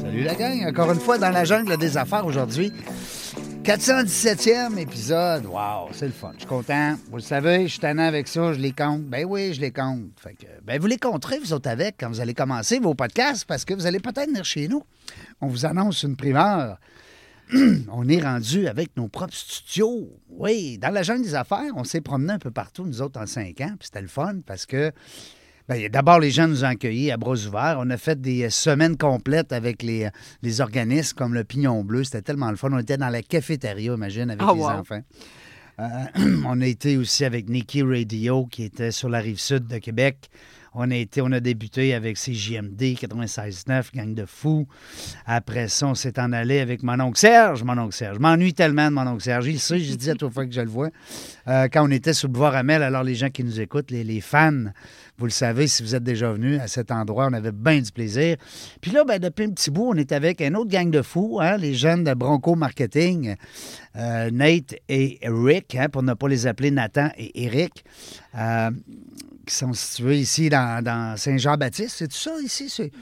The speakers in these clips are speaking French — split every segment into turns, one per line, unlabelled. Salut la gang, encore une fois dans la jungle des affaires aujourd'hui. 417e épisode, wow, c'est le fun, je suis content. Vous le savez, je suis tannant avec ça, je les compte. Ben oui, je les compte. Fait que, ben vous les compterez, vous autres, avec, quand vous allez commencer vos podcasts, parce que vous allez peut-être venir chez nous. On vous annonce une primeur. on est rendu avec nos propres studios. Oui, dans la jungle des affaires, on s'est promené un peu partout, nous autres, en cinq ans. Puis c'était le fun parce que, ben, d'abord, les gens nous ont accueillis à bras ouverts. On a fait des euh, semaines complètes avec les, euh, les organismes comme le Pignon Bleu. C'était tellement le fun. On était dans la cafétéria, imagine, avec
Ah,
les
wow.
enfants. Euh, on a été aussi avec Nikki Radio, qui était sur la rive sud de Québec. On a, été, on a débuté avec CJMD 96.9, Gang de fous. Après ça, on s'est en allé avec mon oncle Serge. Mon oncle Serge. Je m'ennuie tellement de mon oncle Serge. Il le sait, je dis à toute fois que je le vois. Euh, quand on était sur le boulevard Amel, alors les gens qui nous écoutent, les, les fans, vous le savez, si vous êtes déjà venus à cet endroit, on avait bien du plaisir. Puis là, ben, depuis un petit bout, on est avec un autre gang de fous, hein, les jeunes de Bronco Marketing, euh, Nate et Rick, hein, pour ne pas les appeler Nathan et Eric. euh, qui sont situés ici dans, dans Saint-Jean-Baptiste. C'est ça ici? C'est...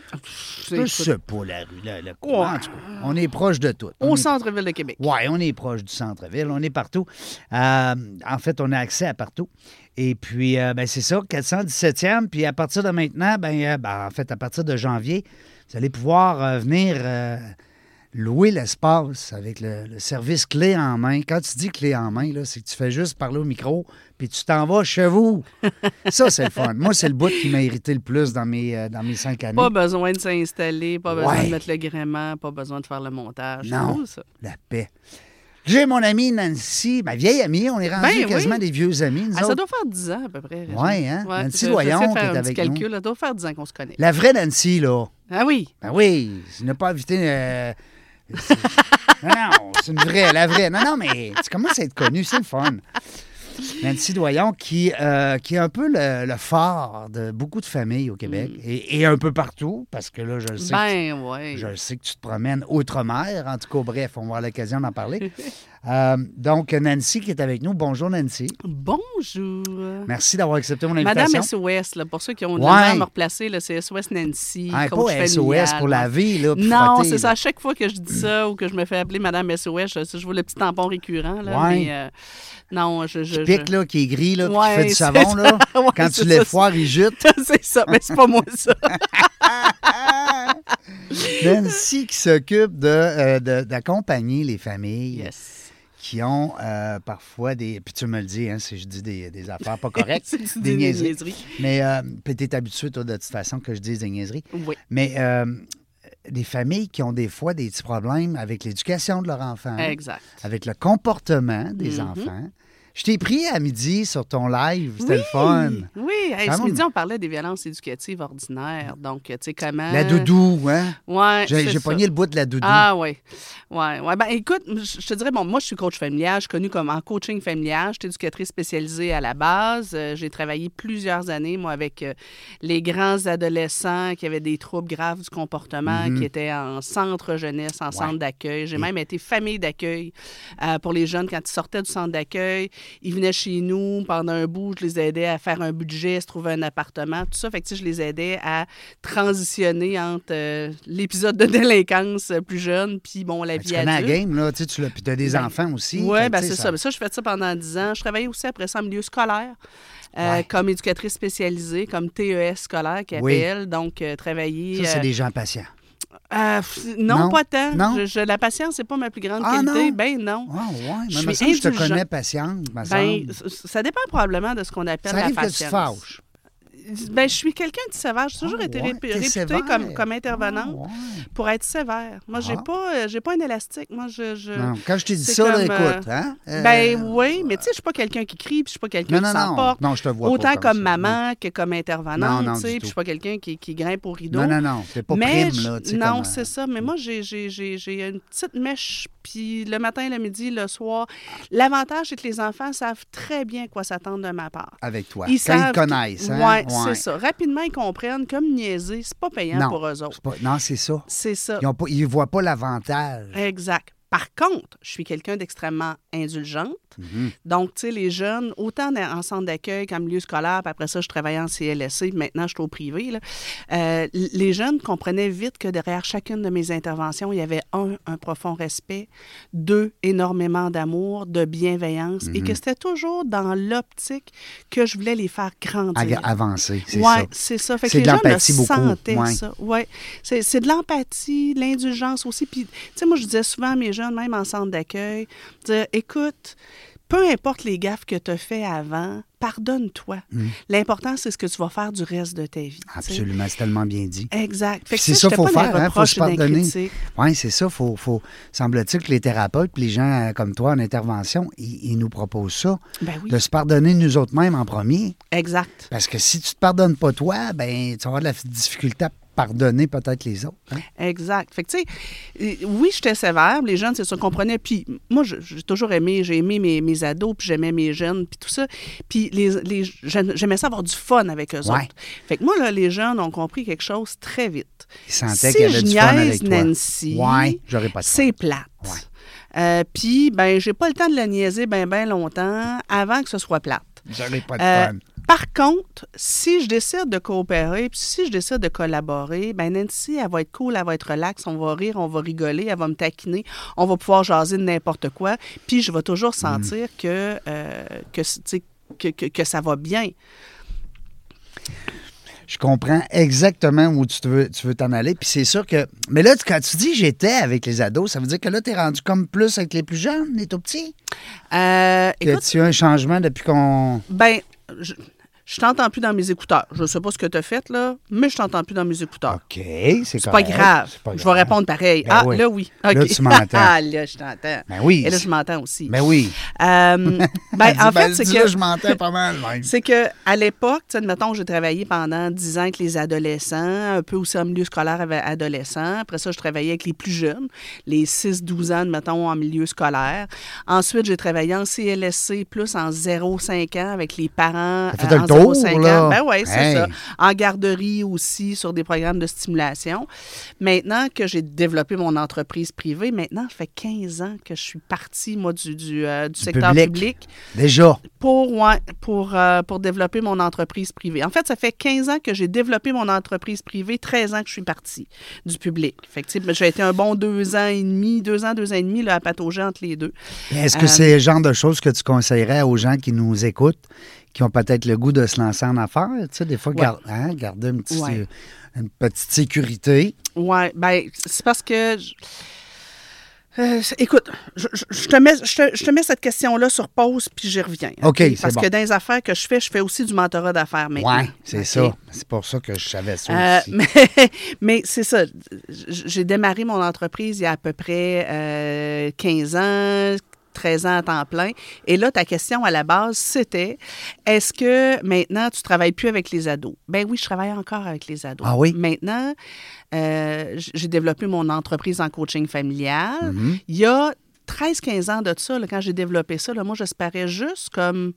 Je
écoute.
sais pas la rue, là, le coin, en tout cas. On est proche de tout. On
Au
est-
centre-ville de Québec.
Mm. oui, on est proche du centre-ville, on est partout. Euh, en fait, on a accès à partout. Et puis, euh, ben, c'est ça, 417e. Puis à partir de maintenant, ben, euh, ben, en fait, à partir de janvier, vous allez pouvoir euh, venir euh, louer l'espace avec le, le service clé en main. Quand tu dis clé en main, là, c'est que tu fais juste parler au micro, puis tu t'en vas chez vous. ça, c'est le fun. Moi, c'est le bout qui m'a irrité le plus dans mes, euh, dans mes cinq années.
Pas besoin de s'installer, pas besoin
Ouais.
de mettre le gréement, pas besoin de faire le montage.
Non.
C'est beau, ça. Ah,
La paix. J'ai mon amie Nancy, ma vieille amie. On est rendu
Ben oui.
quasiment des vieux amis. nous
Ah, ça
autres.
doit faire 10 ans à peu près. Régent.
Ouais, hein? Nancy
je- je
Doyon
sais
qui est
faire un petit
avec
calcul,
nous.
là, doit faire 10 ans qu'on se connaît.
La vraie Nancy, là.
Ah oui.
Ben oui, je n'ai pas invité. euh, c'est- non, non, c'est une vraie, la vraie. Non, non, mais tu commences à être connu, c'est le fun. Nancy Doyon, qui, euh, qui est un peu le, le phare de beaucoup de familles au Québec et, et un peu partout, parce que là, je le sais. que tu-
Mm. Ben oui.
Je le sais que tu te promènes outre-mer. En tout cas, bref, on va avoir l'occasion d'en parler. Euh, donc, Nancy qui est avec nous. Bonjour, Nancy.
Bonjour.
Merci d'avoir accepté mon invitation.
Madame SOS, là, pour ceux qui ont de
Ouais.
la misère à me replacer, là, c'est SOS Nancy.
Hein,
coach
pas
familial.
SOS pour la vie, là. puis
hein. Non,
frotter,
c'est ça.
là.
À chaque fois que je dis ça ou que je me fais appeler Madame SOS, je, je vois le petit tampon récurrent. Là,
Ouais.
mais, euh, non, je. je,
Qui pique,
je-
là, qui est gris, là, puis qui
Ouais,
fait du
c'est
savon,
ça.
là.
Ouais,
Quand tu
c'est
les
ça,
foires, il jute.
c'est ça, mais c'est pas moi ça.
Nancy qui s'occupe de, euh, de- d'accompagner les familles
Yes.
qui ont euh, parfois des... Puis tu me le dis, hein, si je dis des, des affaires pas correctes,
C'est du-
des
des
niaiseries.
niaiseries.
Mais euh, puis t'es habitué, toi, de toute façon, que je dise des niaiseries.
Oui.
Mais euh, des familles qui ont des fois des petits problèmes avec l'éducation de leur enfant. hein.
Exact.
avec le comportement des
Mm-hmm.
enfants. Je t'ai pris à midi sur ton live, c'était le fun.
Oui, hey,
Ah,
ce
mon-
midi, on parlait des violences éducatives ordinaires. Donc, tu sais, comment.
La doudou, hein?
Euh, Ouais.
J'ai
c'est
j'ai
ça.
pogné le bout de la doudou.
Ah oui. Ouais, ouais. Ben, écoute, je je te dirais, bon, moi, je suis coach familial. Je suis connue comme en coaching familial. Je suis éducatrice spécialisée à la base. Euh, J'ai travaillé plusieurs années, moi, avec euh, les grands adolescents qui avaient des troubles graves du comportement,
Mm-hmm.
qui étaient en centre jeunesse, en centre d'accueil.
Mm.
J'ai même été famille d'accueil euh, pour les jeunes quand ils sortaient du centre d'accueil. Ils venaient chez nous pendant un bout. Je les aidais à faire un budget, se trouver un appartement, tout ça. Fait que, tu sais, je les aidais à transitionner entre euh, l'épisode de délinquance euh, plus jeune, puis bon, la
Ben, tu
vie
connais la
adulte.
game, là, tu sais, tu l'as- puis t'as des
Ben,
enfants aussi.
Oui,
fait que,
ben
tu sais,
c'est ça. Ben, Ça, je fais ça pendant 10 ans. Je travaillais aussi après ça en milieu scolaire, euh,
Ouais.
comme éducatrice spécialisée, comme TES scolaire qui
Oui.
appelle. Donc, euh, travailler.
Ça, c'est
euh,
des gens patients.
euh, pff, non,
Non.
pas tant.
Non.
Je- je- la patience, c'est pas ma plus grande
Ah,
qualité.
non?
Ben non.
Ah, ouais, mais
Je
me
suis
semble que je te
indulgente.
connais patiente, me
Ben,
semble.
c- ça dépend probablement de ce qu'on appelle
Ça
la
arrive que tu te
patience.
fâches.
Ben, je suis quelqu'un de sévère. J'ai toujours
Ah,
été
ouais,
rép-
t'es
réputée
sévère.
comme, comme intervenante
Ah, ouais.
pour être sévère. Moi, j'ai
Ah.
pas, euh, j'ai pas un élastique. Moi, je. je-
Non, quand je t'ai dit
Euh, c'est
ça, là,
comme, euh,
écoute, hein? euh,
Ben oui, mais tu sais, je suis pas quelqu'un qui crie, puis je suis pas quelqu'un
non,
qui
non, non,
s'emporte.
non, je te vois
Autant
pas
comme
ça,
maman que comme
Non,
intervenante,
non,
tu sais,
du
puis
tout.
je suis pas quelqu'un qui, qui grimpe au rideau.
Non, non, non, t'es pas
mais
prime,
je-
là, tu sais,
non,
comme, euh,
c'est ça. Mais moi, j'ai- j'ai j'ai- j'ai une petite mèche, puis le matin, le midi, le soir. L'avantage, c'est que les enfants savent très bien quoi s'attendre de ma part.
Avec toi.
Ils
quand
savent
ils
que-
connaissent, hein?
Ouais,
ouais.
c'est ça. Rapidement, ils comprennent. Comme niaiser, c'est pas payant
Non,
pour eux autres.
c'est pas- non, c'est ça.
C'est ça.
Ils ont pas- ils voient pas l'avantage.
Exact. Par contre, je suis quelqu'un d'extrêmement indulgente.
Mhm.
Donc, tu sais, les jeunes, autant dans- en centre d'accueil qu'en milieu scolaire, puis après ça, je travaillais en CLSC, puis maintenant, je suis au privé. là. Euh, l- les jeunes comprenaient vite que derrière chacune de mes interventions, il y avait un, un profond respect, deux, énormément d'amour, de bienveillance, et
Mm-hmm.
que c'était toujours dans l'optique que je voulais les faire grandir.
Aga- Avancer, c'est
Oui,
ça.
c'est ça. Fait que
C'est
les
de
gens le
l'empathie beaucoup,
sentaient,
ouais.
ça. Ouais. C'est, c'est de l'empathie, de l'indulgence aussi. Puis, tu sais, moi, je disais souvent à mes jeunes, même en centre d'accueil, dire, écoute, peu importe les gaffes que tu as fait avant, pardonne-toi.
Mmh.
L'important, c'est ce que tu vas faire du reste de ta vie. tu sais.
Absolument, c'est tellement bien dit.
Exact. Fait que
C'est
tu sais,
ça
j'étais
faut
pas dans la
faire, hein, faut
reproche
se
ou dans la
pardonner.
critique.
Oui, c'est ça. Faut, faut, Semble-t-il que les thérapeutes, puis les gens euh, comme toi en intervention, ils, ils nous proposent ça,
Ben oui,
de se pardonner nous autres mêmes en premier.
exact.
Parce que si tu te pardonnes pas toi, ben tu vas avoir de la difficulté à pardonner peut-être les autres. hein.
Exact. Fait que, tu sais, euh, oui, j'étais sévère, les jeunes, c'est ça, comprenaient. Puis moi, je- j'ai toujours aimé, j'ai aimé mes, mes ados, puis j'aimais mes jeunes, puis tout ça. Puis les, les- j'aim- j'aimais ça avoir du fun avec eux
Ouais.
autres. Fait que moi, là, les jeunes ont compris quelque chose très vite.
Ils sentaient
Si
qu'il y avait
je
du fun
niaise
avec toi.
Nancy,
ouais, j'aurais pas de
C'est
fun.
plate.
Ouais.
Euh, puis, ben, j'ai pas le temps de la niaiser ben, ben longtemps avant que ce soit plate.
J'aurais pas de
Euh,
fun.
par contre, si je décide de coopérer, puis si je décide de collaborer, ben Nancy, elle va être cool, elle va être relax, on va rire, on va rigoler, elle va me taquiner, on va pouvoir jaser de n'importe quoi, puis je vais toujours
Hmm.
sentir que, euh, que, c- tu sais, que, que- que ça va bien.
Je comprends exactement où tu te veux tu veux t'en aller. Puis c'est sûr que. Mais là, tu- quand tu dis j'étais avec les ados, ça veut dire que là, tu es rendu comme plus avec les plus jeunes, les tout petits.
Euh, écoute,
tu as un changement depuis qu'on.
ben, je, je t'entends plus dans mes écouteurs. Je sais pas ce que tu as fait, là, mais je t'entends plus dans mes écouteurs.
OK, Ah, c'est
C'est pas grave. Je vais répondre pareil.
Ben
ah,
oui.
là, oui.
Là,
OK.
tu m'entends.
ah, là, je t'entends.
Ben oui.
Et là, je m'entends aussi.
Ben oui.
Euh, ben,
Elle dit, ben,
en fait, c'est
dis-le,
que.
je m'entends pas mal, même.
C'est que à l'époque, tu sais, admettons, j'ai travaillé pendant 10 ans avec les adolescents, un peu aussi en milieu scolaire avec adolescents. Après ça, je travaillais avec les plus jeunes, les 6-12 ans, admettons, en milieu scolaire. Ensuite, j'ai travaillé en CLSC, plus en 0-5 ans avec les parents.
T'as fait
euh,
le
en
tour,
0-5
là.
ans. Ben oui, c'est
Hey.
ça. En garderie aussi, sur des programmes de stimulation. Maintenant que j'ai développé mon entreprise privée, maintenant, ça fait 15 ans que je suis partie, moi, du, du, euh, du secteur
public.
public
Déjà.
pour, ouais, pour, euh, pour développer mon entreprise privée. En fait, ça fait 15 ans que j'ai développé mon entreprise privée, 13 ans que je suis partie du public. Fait que, tu sais, j'ai été un bon deux ans et demi, deux ans, deux ans et demi là, à patauger entre les deux.
Est-ce que
Euh,
c'est le genre de choses que tu conseillerais aux gens qui nous écoutent, qui ont peut-être le goût de se lancer en affaires? Tu sais, des fois,
Ouais.
gar- hein, garder une petite, euh,
Ouais.
une petite sécurité.
Ouais, ben c'est parce que. je- Euh, c'est- écoute, je, je- je te mets, je, te, je te mets cette question-là sur pause, puis j'y reviens.
OK, c'est
Parce
bon.
que dans les affaires que je fais, je fais aussi du mentorat d'affaires maintenant.
Oui, c'est
OK?
ça. C'est pour ça que je savais ça
Euh,
aussi.
mais mais c'est ça. J- J'ai démarré mon entreprise il y a à peu près euh, 15 ans. 13 ans à temps plein. Et là, ta question à la base, c'était est-ce que maintenant tu travailles plus avec les ados? Ben oui, je travaille encore avec les ados.
Ah oui?
Maintenant, euh, j- j'ai développé mon entreprise en coaching familial.
Mm-hmm.
Il y a 13-15 ans de ça, là, quand j'ai développé ça, là, moi, j'espérais juste comme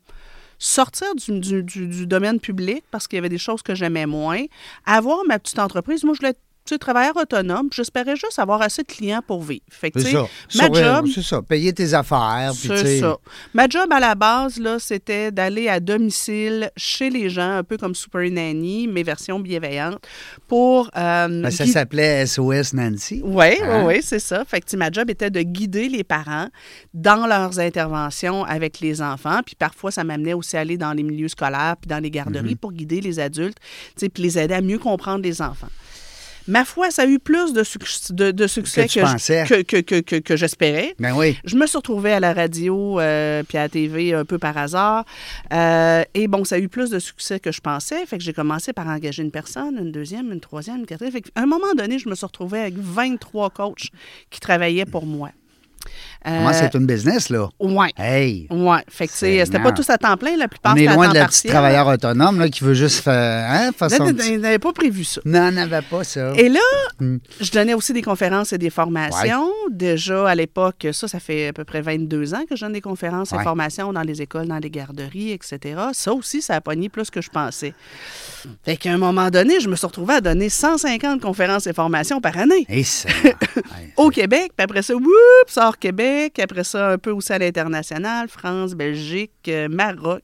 sortir du, du- du- du domaine public parce qu'il y avait des choses que j'aimais moins, avoir ma petite entreprise. Moi, je voulais tu sais, travailleur autonome, puis j'espérais juste avoir assez de clients pour vivre. Fait que,
C'est
tu sais,
ça. Sur-
ma
euh,
job,
C'est ça. Payer tes affaires. puis tu
c'est
sais,
ça. Ma job à la base, là, c'était d'aller à domicile chez les gens, un peu comme Super Nanny, mais version bienveillante, pour euh,
ben, ça
guider-
s'appelait SOS Nancy.
oui, oui,
Hein?
oui, c'est ça. Fait que, tu sais, ma job était de guider les parents dans leurs interventions avec les enfants. Puis parfois, ça m'amenait aussi à aller dans les milieux
Mm-hmm.
scolaires puis dans les garderies pour guider les adultes, tu sais, puis les aider à mieux comprendre les enfants. Ma foi, ça a eu plus de, succ- de, de succès
Que tu pensais.
je- que, que- que- que- que j'espérais.
Ben oui.
Je me suis retrouvée à la radio euh, puis à la TV un peu par hasard. Euh, et bon, ça a eu plus de succès que je pensais. Fait que j'ai commencé par engager une personne, une deuxième, une troisième, une quatrième. Fait qu'à un moment donné, je me suis retrouvée avec 23 coachs qui travaillaient pour moi. Euh,
Comment c'est une business, là?
Ouais.
Hey!
Ouais. Fait que, tu sais, c'était pas
Seigneur.
tous à temps plein. La plupart
On est
c'était à
loin
temps
de la petite
partiel.
travailleur autonome là, qui veut juste faire. Hein, faire son
Non,
petit-
non, n'avait pas prévu ça.
Non, on n'avait pas ça. Mm.
Et là, je donnais aussi des conférences et des formations. Déjà à l'époque, ça, ça fait à peu près 22 ans que je donne des conférences et
Ouais.
formations dans les écoles, dans les garderies, etc. Ça aussi, ça a pogné plus que je pensais. Fait qu'à un moment donné, je me suis retrouvée à donner 150 conférences et formations par année.
Et ça.
Au Québec, puis après ça, whoop, ça hors Québec, après ça, un peu aussi à l'international, France, Belgique, euh, Maroc,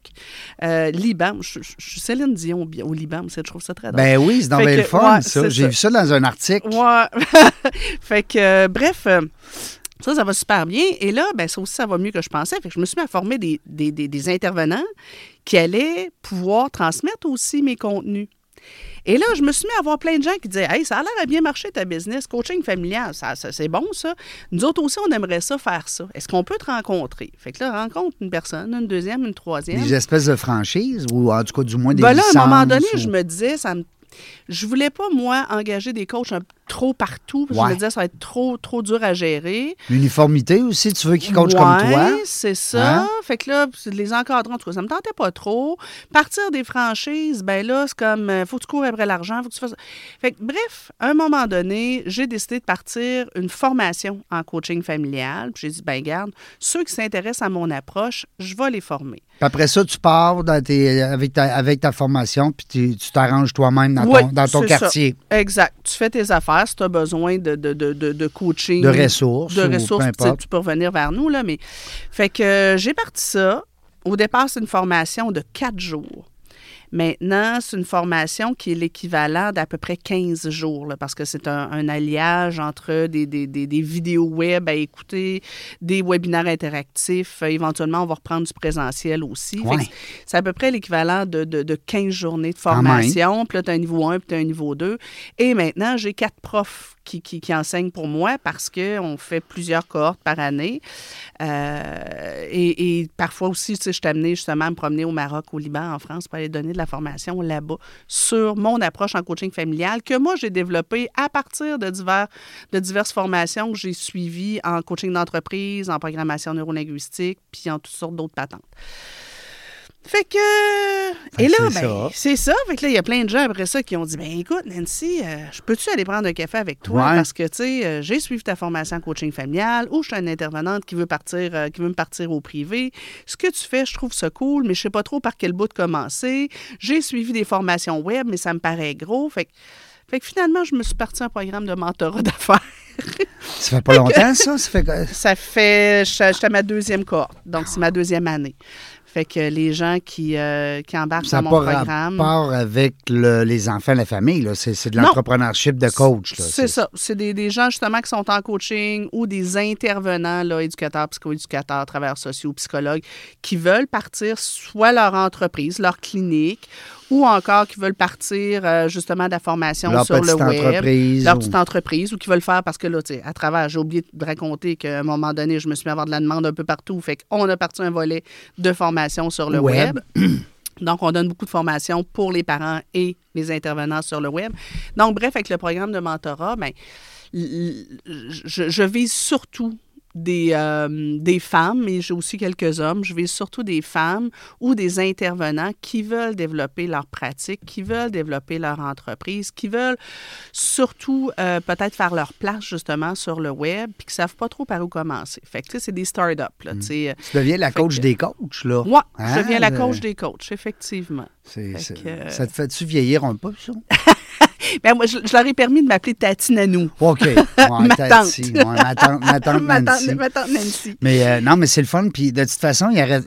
euh, Liban. Je je- je suis Céline Dion au Liban, mais ça, je trouve ça très drôle.
ben oui, c'est dans
Fait
le
que,
fun,
ouais,
ça.
c'est
J'ai
ça.
vu ça dans un article.
Ouais. fait que, euh, bref, euh, ça, ça va super bien. Et là, ben, ça aussi, ça va mieux que je pensais. Fait que je me suis mis à former des, des- des- des intervenants qui allaient pouvoir transmettre aussi mes contenus. Et là, je me suis mis à voir plein de gens qui disaient Hey, ça a l'air à bien marcher ta business, coaching familial, ça, ça- c'est bon ça. Nous autres aussi, on aimerait ça faire ça. Est-ce qu'on peut te rencontrer? Fait que là, rencontre une personne, une deuxième, une troisième.
Des espèces de franchises, ou en tout cas, du moins des
Ben là, à un moment
licences, euh.
donné,
ou-
je me disais, ça me... je voulais pas, moi, engager des coachs un- trop partout. parce que
Ouais.
Je me disais, ça va être trop, trop dur à gérer.
L'uniformité aussi, tu veux qu'ils coachent comme
Ouais,
toi?
c'est ça.
Hein?
Fait que là, puis les encadrer, en tout cas, ça me tentait pas trop. Partir des franchises, ben là, c'est comme, euh, faut que tu cours après l'argent, faut que tu fasses... Fait que, bref, à un moment donné, j'ai décidé de partir une formation en coaching familial. Puis j'ai dit, ben garde, ceux qui s'intéressent à mon approche, je vais les former.
Puis après ça, tu pars dans tes- avec, ta, avec ta formation, puis tu- tu t'arranges toi-même dans,
Oui,
ton, dans ton
c'est ça.
quartier
Exact. Tu fais tes affaires. Si tu as besoin de, de, de, de, de coaching,
de ressources.
de
ou
ressources,
peu
tu, sais,
importe.
tu peux revenir vers nous. Là, mais... Fait que euh, j'ai parti ça. Au départ, c'est une formation de quatre jours. Maintenant, c'est une formation qui est l'équivalent d'à peu près 15 jours, là, parce que c'est un, un alliage entre des, des, des- des vidéos web à écouter, des webinaires interactifs. Euh, éventuellement, on va reprendre du présentiel aussi. Fait que
Ouais.
C'est à peu près l'équivalent de, de, de 15 journées de
Quand même.
formation. Puis là, tu as un niveau 1, puis tu as un niveau 2. Et maintenant, j'ai quatre profs qui, qui, qui enseignent pour moi parce qu'on fait plusieurs cohortes par année. Euh, et, et parfois aussi, tu sais, je suis amenée justement à me promener au Maroc, au Liban, en France pour aller donner de la formation là-bas sur mon approche en coaching familial que moi, j'ai développée à partir de, divers, de diverses formations que j'ai suivies en coaching d'entreprise, en programmation neurolinguistique, puis en toutes sortes d'autres patentes. Fait que.
Fait
et
que
là,
c'est
ben,
ça.
c'est ça. Fait que là, il y a plein de gens après ça qui ont dit ben écoute, Nancy, euh, je peux-tu aller prendre un café avec toi?
Ouais.
Parce que, tu sais, euh, j'ai suivi ta formation en coaching familial ou je suis une intervenante qui veut partir, euh, qui veut me partir au privé. Ce que tu fais, je trouve ça cool, mais je sais pas trop par quel bout de commencer. J'ai suivi des formations web, mais ça me paraît gros. Fait que, fait que finalement, je me suis partie un programme de mentorat d'affaires.
Ça fait pas longtemps, ça? Ça fait que-
Ça fait. je- J'étais à ma deuxième cohorte, donc c'est ma deuxième année. Fait que les gens qui, euh, qui embarquent
Ça n'a
dans mon
pas
programme.
rapport avec le- les enfants, la famille. là. C'est c'est de
Non.
l'entrepreneurship de coach. là.
C'est ça. C'est des, des gens justement qui sont en coaching ou des intervenants, là, éducateurs, psychoéducateurs, travailleurs sociaux, psychologues, qui veulent partir soit leur entreprise, leur clinique, ou encore qui veulent partir euh, justement de la formation
Leur
sur le
petite
web.
entreprise
Leur
ou-
petite entreprise ou qui veulent faire parce que là, tu sais, à travers, j'ai oublié de raconter qu'à un moment donné, je me suis mis à avoir de la demande un peu partout. Fait qu'on a parti un volet de formation sur le
Web.
web. Donc, on donne beaucoup de formations pour les parents et les intervenants sur le web. Donc, bref, avec le programme de mentorat, ben, l- l- je, je vise surtout des, euh, des femmes, mais j'ai aussi quelques hommes. Je vise surtout des femmes ou des intervenants qui veulent développer leur pratique, qui veulent développer leur entreprise, qui veulent surtout euh, peut-être faire leur place justement sur le web, puis qui ne savent pas trop par où commencer. Fait que tu sais, c'est des start-up, là,
Mm.
tu sais.
Tu deviens la coach
que-
des coachs. Là.
Moi,
Hein,
je deviens la
le-
coach des coachs, effectivement.
c'est-
Fait
c'est-
que, euh,
Ça te fait-tu vieillir un peu, ça?
Ben, moi, je, je leur ai permis de m'appeler Tatinanou.
OK. Ouais,
Ma
t'as
tante.
dit, ouais, ma tante. Ma tante
Ma tante-
Nancy.
ma tante Nancy.
Mais euh, non, mais c'est le fun. Puis de toute façon, il y aurait-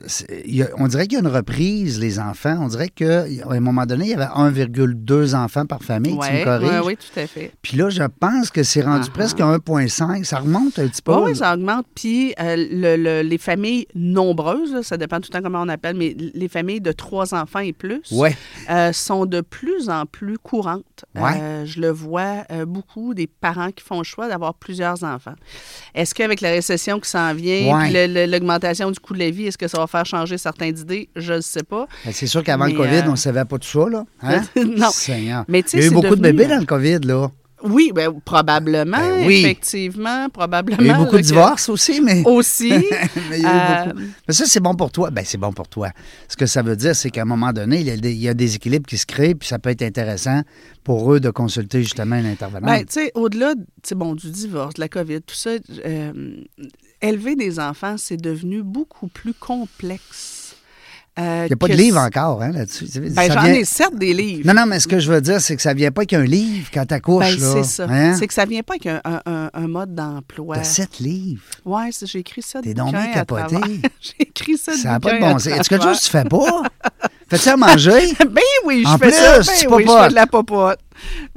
il y a- on dirait qu'il y a une reprise, les enfants. On dirait qu'à un moment donné, il y avait 1,2 enfants par famille. tu me
Ouais,
corriges.
ouais, oui, tout à fait.
Puis là, je pense que c'est rendu
Ah,
presque à 1,5. Ça remonte un petit peu.
Oui, oui,
là.
ça augmente. Puis euh, le- le- les familles nombreuses, là, ça dépend tout le temps comment on appelle, mais les familles de trois enfants et plus,
Ouais.
euh, sont de plus en plus courantes.
Ouais.
Euh, je le vois euh, beaucoup des parents qui font le choix d'avoir plusieurs enfants. Est-ce qu'avec la récession qui s'en vient,
Ouais.
puis le- le- l'augmentation du coût de la vie, est-ce que ça va faire changer certaines idées? Je ne sais pas.
Ben, C'est sûr qu'avant le
Mais,
COVID,
euh,
on ne savait pas tout ça, là. Hein?
Non.
Seigneur.
Mais tu sais,
Il y a eu
c'est
beaucoup de
devenu,
bébés
euh,
dans le COVID, là.
Oui, ben, probablement,
Ben oui.
effectivement, probablement.
Il y a eu beaucoup
là,
de
que-
divorces aussi, mais.
Aussi.
Mais il y a eu
Euh,
beaucoup. Mais ça, c'est bon pour toi. Ben, c'est bon pour toi. Ce que ça veut dire, c'est qu'à un moment donné, il y, a des, il y a des équilibres qui se créent, puis ça peut être intéressant pour eux de consulter justement un intervenant.
Ben, tu sais, au-delà tu sais, bon, du divorce, de la COVID, tout ça, euh, élever des enfants, c'est devenu beaucoup plus complexe. Euh,
il n'y a pas
que
de livre
c-
encore hein, là-dessus. Tu sais,
Ben,
ça
j'en
vient-
ai certes des livres.
Non, non, mais ce que je veux dire, c'est que ça vient pas qu'un livre quand t'accouches.
Ben,
là.
c'est ça.
Hein?
C'est que ça vient pas avec un, un- un- un mode d'emploi.
T'as sept livres.
Ouais, c'est- j'ai écrit ça de
T'es donc
bouquin
bien
à
capoté.
travers. J'ai écrit ça de
Ça n'a pas de
bouquin à
bon sens. Est-ce quelque
travers.
chose que tu fais pas? Fais-tu à manger?
Ben oui, je
En
fais
plus,
ça.
tu
Ben oui, je
popotes.
fais de la popote.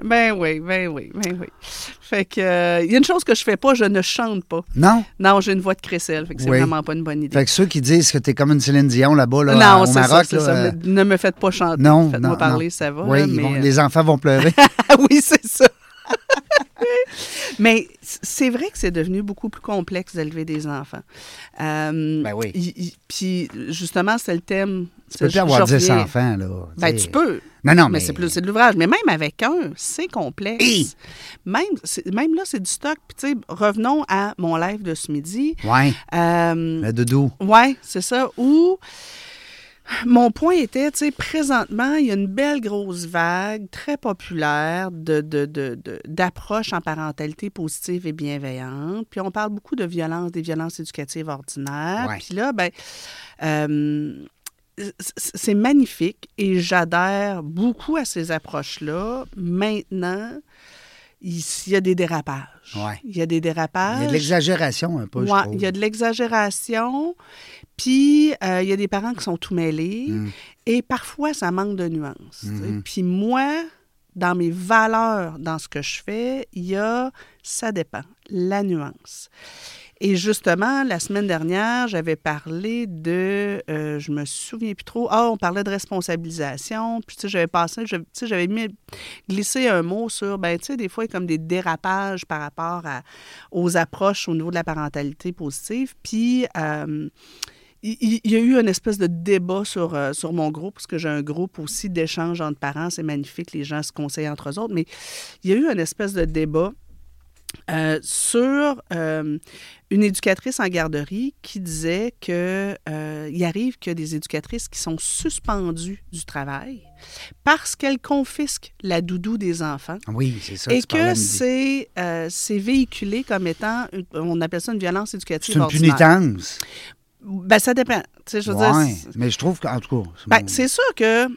Ben oui, ben oui, ben oui. Fait que, euh, il y a une chose que je fais pas, je ne chante pas.
Non?
Non, j'ai une voix de crécelle, fait que c'est
Oui.
vraiment pas une bonne idée.
Fait que ceux qui disent que t'es comme une Céline Dion là-bas, là,
non,
au
c'est ça,
Maroc,
c'est
là,
ça.
euh,
Ne- Ne me faites pas chanter.
non,
Faites-moi
non,
parler,
non.
ça va.
Oui,
là,
ils
mais,
vont-
euh,
les enfants vont pleurer.
Ah oui, c'est ça. mais c- c'est vrai que c'est devenu beaucoup plus complexe d'élever des enfants. Euh,
Ben oui.
il- il- Puis justement, c'est le thème.
tu peux plus avoir 10 enfants, là.
Ben,
sais.
tu peux.
Non, non, mais.
Mais, c'est plus c'est de l'ouvrage. Mais même avec un, c'est complexe.
Hey!
Même, c'est- même là, c'est du stock. Puis, tu sais, revenons à mon live de ce midi.
Ouais,
Euh,
le doudou.
oui, c'est ça. Ou mon point était, tu sais, présentement, il y a une belle grosse vague très populaire de, de, de- de- d'approches en parentalité positive et bienveillante. Puis on parle beaucoup de violence, des violences éducatives ordinaires.
Ouais.
Puis là, ben, euh, c- c'est magnifique et j'adhère beaucoup à ces approches-là. Maintenant, il il y a des dérapages.
Ouais.
Il y a des dérapages.
Il y a de l'exagération un peu, je
Ah, Ouais,
trouve.
il y a de l'exagération, puis euh, il y a des parents qui sont tout mêlés,
Mm.
et parfois ça manque de nuances. tu sais.
Mm-hmm.
Puis moi, dans mes valeurs, dans ce que je fais, il y a, ça dépend, la nuance. Et justement, la semaine dernière, j'avais parlé de, euh, je me souviens plus trop, ah, on parlait de responsabilisation, puis tu sais, j'avais passé, je- tu sais, j'avais mis, glissé un mot sur, ben tu sais, des fois, il y a comme des dérapages par rapport à, aux approches au niveau de la parentalité positive, puis... euh, il- il il y a eu une espèce de débat sur, euh, sur mon groupe, parce que j'ai un groupe aussi d'échange entre parents, c'est magnifique, les gens se conseillent entre eux autres, mais il y a eu une espèce de débat euh, sur euh, une éducatrice en garderie qui disait que euh, il arrive qu'il y a des éducatrices qui sont suspendues du travail parce qu'elles confisquent la doudou des enfants
Oui, c'est ça.
et
tu parlais
que
de midi.
c'est euh, c'est véhiculé comme étant, une- on appelle ça une violence éducative
C'est une
ordinaire.
punitance.
Ben, ça dépend. Tu sais, je veux
Ouais,
dire, c'est-
mais je trouve qu'en tout cas. c'est
ben,
mon-
c'est sûr que.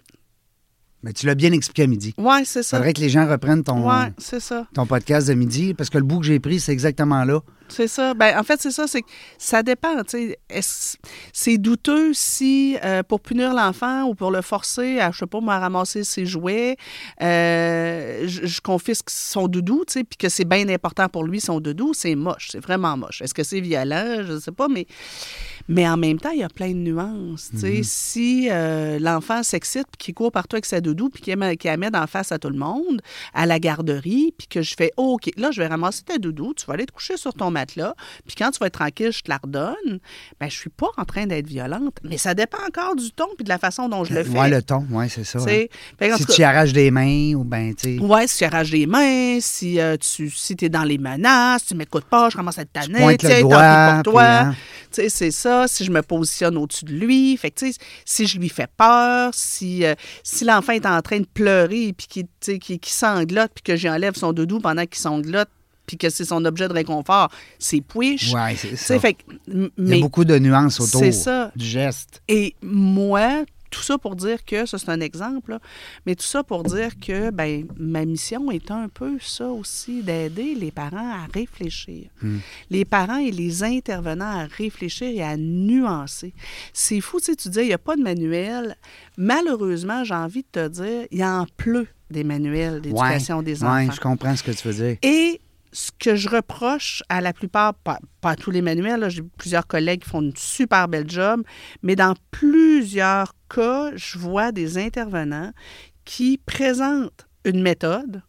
Mais tu l'as bien expliqué à midi.
Ouais, c'est
Il
ça.
faudrait que les gens reprennent ton,
Ouais, c'est ça.
ton podcast de midi parce que le bout que j'ai pris, c'est exactement là.
C'est ça. Ben, en fait, c'est ça. C'est que ça dépend. tu sais. Est-ce- C'est douteux si, euh, pour punir l'enfant ou pour le forcer à, je sais pas, moi, à ramasser ses jouets, euh, je, je confisque son doudou, tu sais, puis que c'est bien important pour lui, son doudou, c'est moche. C'est vraiment moche. Est-ce que c'est violent? Je sais pas, mais. Mais en même temps, il y a plein de nuances. tu
Mm-hmm.
sais. Si euh, l'enfant s'excite, puis qu'il court partout avec sa doudou, puis qu'il met- qu'il la met en face à tout le monde, à la garderie, puis que je fais oh, OK, là, je vais ramasser ta doudou, tu vas aller te coucher sur ton matelas, puis quand tu vas être tranquille, je te la redonne, ben, je suis pas en train d'être violente. Mais ça dépend encore du ton, puis de la façon dont je le fais.
Euh, Ouais, le ton, ouais, c'est ça.
tu
ouais.
sais. Fait qu'en
Si
tout
tu y
cas,
arraches des mains ou ben, tu sais.
Ouais, si tu arraches des mains, si euh, tu si es dans les menaces, tu m'écoutes pas, je commence à te tanner,
pointes
tu
le
sais, tant
doigt,
pis pour toi.
puis, hein.
Tu sais, c'est ça, si je me positionne au-dessus de lui, fait que, tu sais, si je lui fais peur, si, euh, si l'enfant est en train de pleurer puis qu'il tu sais, qu'il- qu'il sanglote puis que j'enlève son doudou pendant qu'il sanglote puis que c'est son objet de réconfort, c'est puiche.
Ouais, c'est
Tu
ça.
sais, fait que, m-
Il y a
mais
beaucoup de nuances autour
c'est ça.
du geste.
et moi, tout ça pour dire que, ça c'est un exemple, là, mais tout ça pour dire que ben, ma mission est un peu ça aussi, d'aider les parents à réfléchir.
Hmm.
Les parents et les intervenants à réfléchir et à nuancer. C'est fou, tu sais, tu dis, il n'y a pas de manuel. Malheureusement, j'ai envie de te dire, il en pleut des manuels d'éducation
Ouais,
des
ouais,
enfants.
je comprends ce que tu veux dire.
Et ce que je reproche à la plupart, pas, pas à tous les manuels, là, j'ai plusieurs collègues qui font une super belle job, mais dans plusieurs cas, je vois des intervenants qui présentent une méthode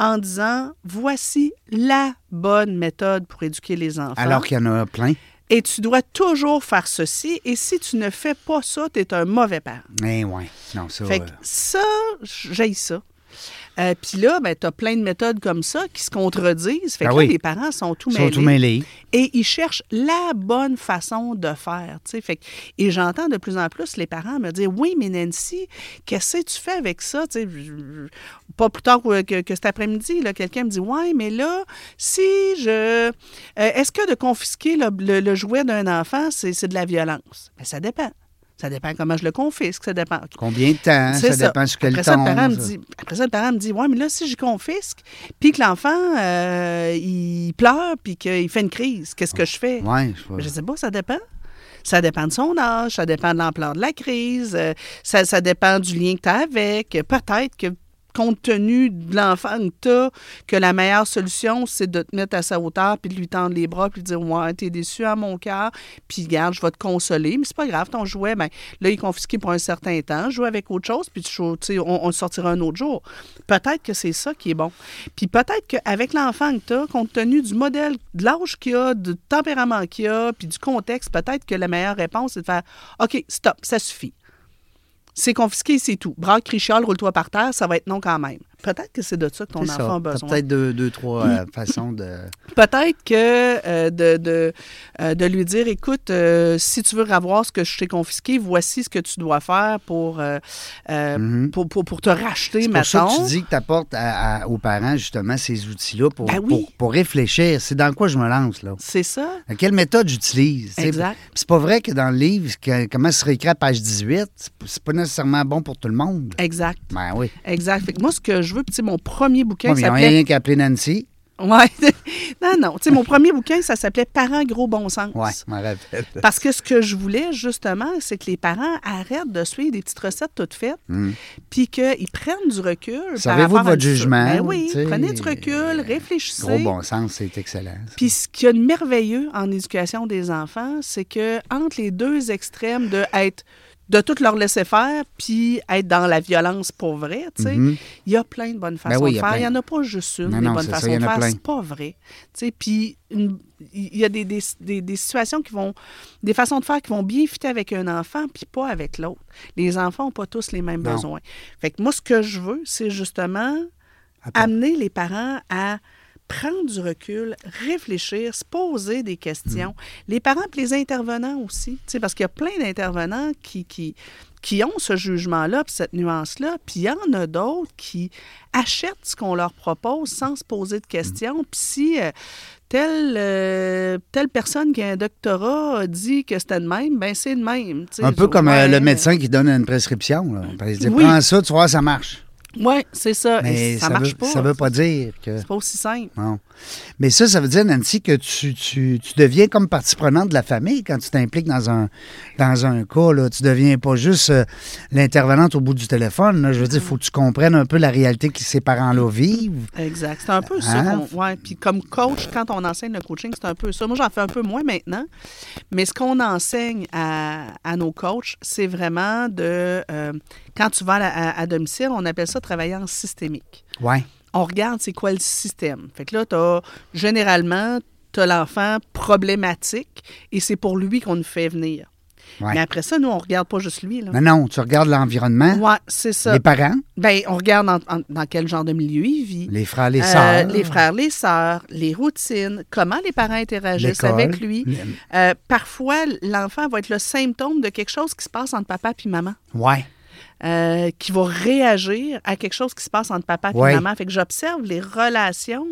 en disant voici la bonne méthode pour éduquer les enfants.
Alors qu'il y en a plein.
Et tu dois toujours faire ceci. Et si tu ne fais pas ça, tu es un mauvais parent.
Mais ouais, non, ça.
Fait
euh,
que ça, j'ai ça. Euh, Puis là, ben, tu as plein de méthodes comme ça qui se contredisent. Fait que
Ah
là,
oui.
les parents sont tout
ils
mêlés.
sont tout mêlés.
Et ils cherchent la bonne façon de faire. tu sais. Fait que- et j'entends de plus en plus les parents me dire Oui, mais Nancy, qu'est-ce que tu fais avec ça Tu sais, je- je- Pas plus tard que, que- que cet après-midi, là, quelqu'un me dit Ouais, mais là, si je. euh, Est-ce que de confisquer le, le- le jouet d'un enfant, c'est c'est de la violence Ben, Ça dépend. Ça dépend comment je le confisque. Ça dépend.
Combien de temps?
C'est
Hein, Ça, dépend sur quel
après ça, le
ton,
parent me
ça.
dit, Après ça, le parent me dit Ouais, mais là, si je confisque, puis que l'enfant, euh, il pleure, puis qu'il fait une crise, qu'est-ce que je fais
Ouais, je sais pas.
ben, Je sais pas, ça dépend. Ça dépend de son âge, ça dépend de l'ampleur de la crise, euh, ça, ça dépend du lien que tu as avec. Peut-être que, compte tenu de l'enfant que tu que la meilleure solution, c'est de te mettre à sa hauteur, puis de lui tendre les bras, puis de dire Ouais, t'es déçu à mon cœur, puis garde, je vais te consoler, mais c'est pas grave, ton jouet, ben, là, il est confisqué pour un certain temps, joue avec autre chose, puis tu cho- tu sais, on, on le sortira un autre jour. Peut-être que c'est ça qui est bon. Puis peut-être qu'avec l'enfant que tu as, compte tenu du modèle, de l'âge qu'il a, du tempérament qu'il a, puis du contexte, peut-être que la meilleure réponse, c'est de faire OK, stop, ça suffit. C'est confisqué, c'est tout. Braque, crichole, roule-toi par terre, ça va être non quand même. Peut-être que c'est de ça que ton
C'est ça.
enfant a
T'as
besoin.
peut-être deux, deux, trois euh, façons de.
Peut-être que euh, de, de, euh, de lui dire, écoute, euh, si tu veux avoir ce que je t'ai confisqué, voici ce que tu dois faire pour, euh, euh, pour, pour, pour te racheter,
Mm-hmm. C'est pour ça que
mettons.
tu dis que tu apportes à- à- aux parents justement ces outils-là pour,
Ben oui.
pour, pour réfléchir. C'est dans quoi je me lance là?
C'est ça?
Quelle méthode j'utilise? tu sais?
Exact.
Puis C'est pas vrai que dans le livre, que- comment se réécrit à page 18, c'est p- c'est pas nécessairement bon pour tout le monde.
Exact.
Ben oui.
Exact. Fait que moi, ce que je veux, puis tu sais, mon premier bouquin
Moi, ils n'ont
s'appelait.
rien qu'à appeler Nancy.
Ouais. non, non. Tu sais, mon premier bouquin, ça s'appelait Parents gros bon sens.
Ouais, je m'en rappelle.
Parce que ce que je voulais, justement, c'est que les parents arrêtent de suivre des petites recettes toutes faites, puis qu'ils prennent du recul.
Servez-vous
par
de Mm.
rapport à
votre
ça.
jugement,
Ben oui,
tu sais.
prenez du recul,
Euh, Gros
réfléchissez.
bon sens, c'est excellent. ça.
Puis ce qu'il y a de merveilleux en éducation des enfants, c'est que entre les deux extrêmes de être de tout leur laisser faire puis être dans la violence pour vrai, tu sais, il y a plein de bonnes façons
Mm-hmm. Ben oui, il y
de
a
faire. Il n'y
plein.
en a pas juste une,
Non,
des
non,
bonnes
c'est ça,
façons
il y en
de
a
faire.
plein.
C'est pas vrai. Tu sais, puis une- il y a des, des, des- des situations qui vont, des façons de faire qui vont bien fitter avec un enfant puis pas avec l'autre. Les enfants n'ont pas tous les mêmes
Non.
besoins. Fait que moi, ce que je veux, c'est justement
Attends.
amener les parents à prendre du recul, réfléchir, se poser des questions. Les parents puis les intervenants aussi, tu sais, parce qu'il y a plein d'intervenants qui, qui, qui ont ce jugement-là, puis cette nuance-là, puis il y en a d'autres qui achètent ce qu'on leur propose sans se poser de questions. Puis si euh, telle, euh, telle personne qui a un doctorat a dit que c'était de même, ben c'est de même. tu sais.
Un peu comme euh,
Ouais,
le médecin qui donne une prescription. Là. Il dit,
Oui.
prends ça, tu vois, ça marche.
Oui, c'est ça.
Mais
Et ça,
ça,
marche
veut,
pas.
ça veut pas dire que.
C'est pas aussi simple.
Non. Mais ça, ça veut dire, Nancy, que tu, tu- tu deviens comme partie prenante de la famille quand tu t'impliques dans un, dans un cas. Là. Tu deviens pas juste euh, l'intervenante au bout du téléphone. là. Je veux dire, il faut que tu comprennes un peu la réalité que ces parents-là vivent.
Exact. C'est un peu ça.
Hein?
qu'on- ouais. Puis comme coach, quand on enseigne le coaching, c'est un peu ça. Moi, j'en fais un peu moins maintenant. Mais ce qu'on enseigne à, à nos coachs, c'est vraiment de... euh, quand tu vas à, à- à domicile, on appelle ça travailler en systémique.
Ouais.
On regarde c'est quoi le système. Fait que là, t'as, généralement, tu as l'enfant problématique et c'est pour lui qu'on nous fait venir.
Ouais.
Mais après ça, nous, on regarde pas juste lui. Là.
Mais non, tu regardes l'environnement,
Ouais, c'est ça.
Hein? les parents,
Ben, on regarde dans, en- dans quel genre de milieu il vit.
les frères, les
Euh,
sœurs.
les frères, les sœurs, les routines, comment les parents interagissent
L'école, Mm.
avec lui.
le-
Euh, parfois, l'enfant va être le symptôme de quelque chose qui se passe entre papa puis maman,
Ouais.
euh, qui va réagir à quelque chose qui se passe entre papa puis
Ouais.
maman. Fait que j'observe les relations.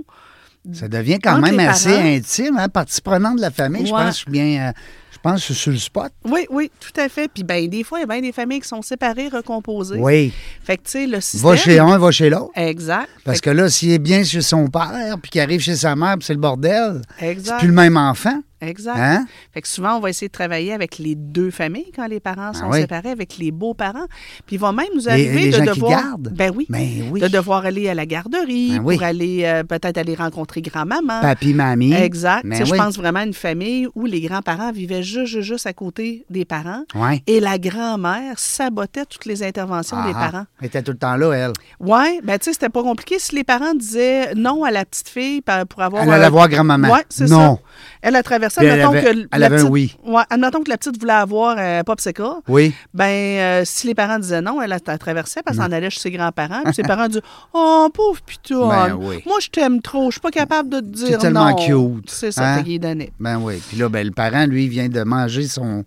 Ça devient quand
Entre
même
les
assez
parents.
intime, hein? partie prenante de la famille. Je
Ouais.
pense que je suis bien, euh, je Je pense que c'est sur le spot.
Oui, oui, tout à fait. Puis ben, des fois, il y a bien des familles qui sont séparées, recomposées.
Oui.
Fait que, tu sais, le système...
Va chez un, va chez l'autre.
Exact.
Parce
Fait
que là, s'il est bien chez son père, puis qu'il arrive chez sa mère, puis c'est le bordel, c'est
Exact.
plus le même enfant.
Exact.
Hein?
Fait que souvent, on va essayer de travailler avec les deux familles quand les parents sont
Ah oui.
séparés, avec les beaux-parents. Puis il va même nous
Les-
arriver
les
de
gens qui
devoir.
gardent.
Ben oui.
Ben oui.
De devoir aller à la garderie
Ben oui.
pour aller euh, peut-être aller rencontrer grand-maman.
Papi, mamie.
Exact.
Ben
Tu sais,
oui.
Je pense vraiment à une famille où les grands-parents vivaient juste, juste, juste à côté des parents.
Ouais.
Et la grand-mère sabotait toutes les interventions
Ah,
des parents.
Elle était tout le temps là, elle.
Oui, ben tu sais, c'était pas compliqué. Si les parents disaient non à la petite fille pa- pour avoir.
Elle allait
un-
voir grand-maman.
Ouais, c'est
Non.
ça. Elle a traversé,
Puis elle
admettons
avait-
que. l-
elle
la
avait un
petite-
oui.
Ouais, admettons que la petite voulait avoir un popsicle.
Oui.
Ben, euh, si les parents disaient non, elle a elle traversait parce
Mm.
qu'elle en allait chez ses grands-parents. Puis ses parents disaient Oh, pauvre piton.
Ben oui.
Moi, je t'aime trop. Je suis pas capable de te dire non.
tellement cute,
C'est ça,
hein?
fait qu'il donnait.
Ben oui. Puis là, ben, le parent, lui, vient de manger son.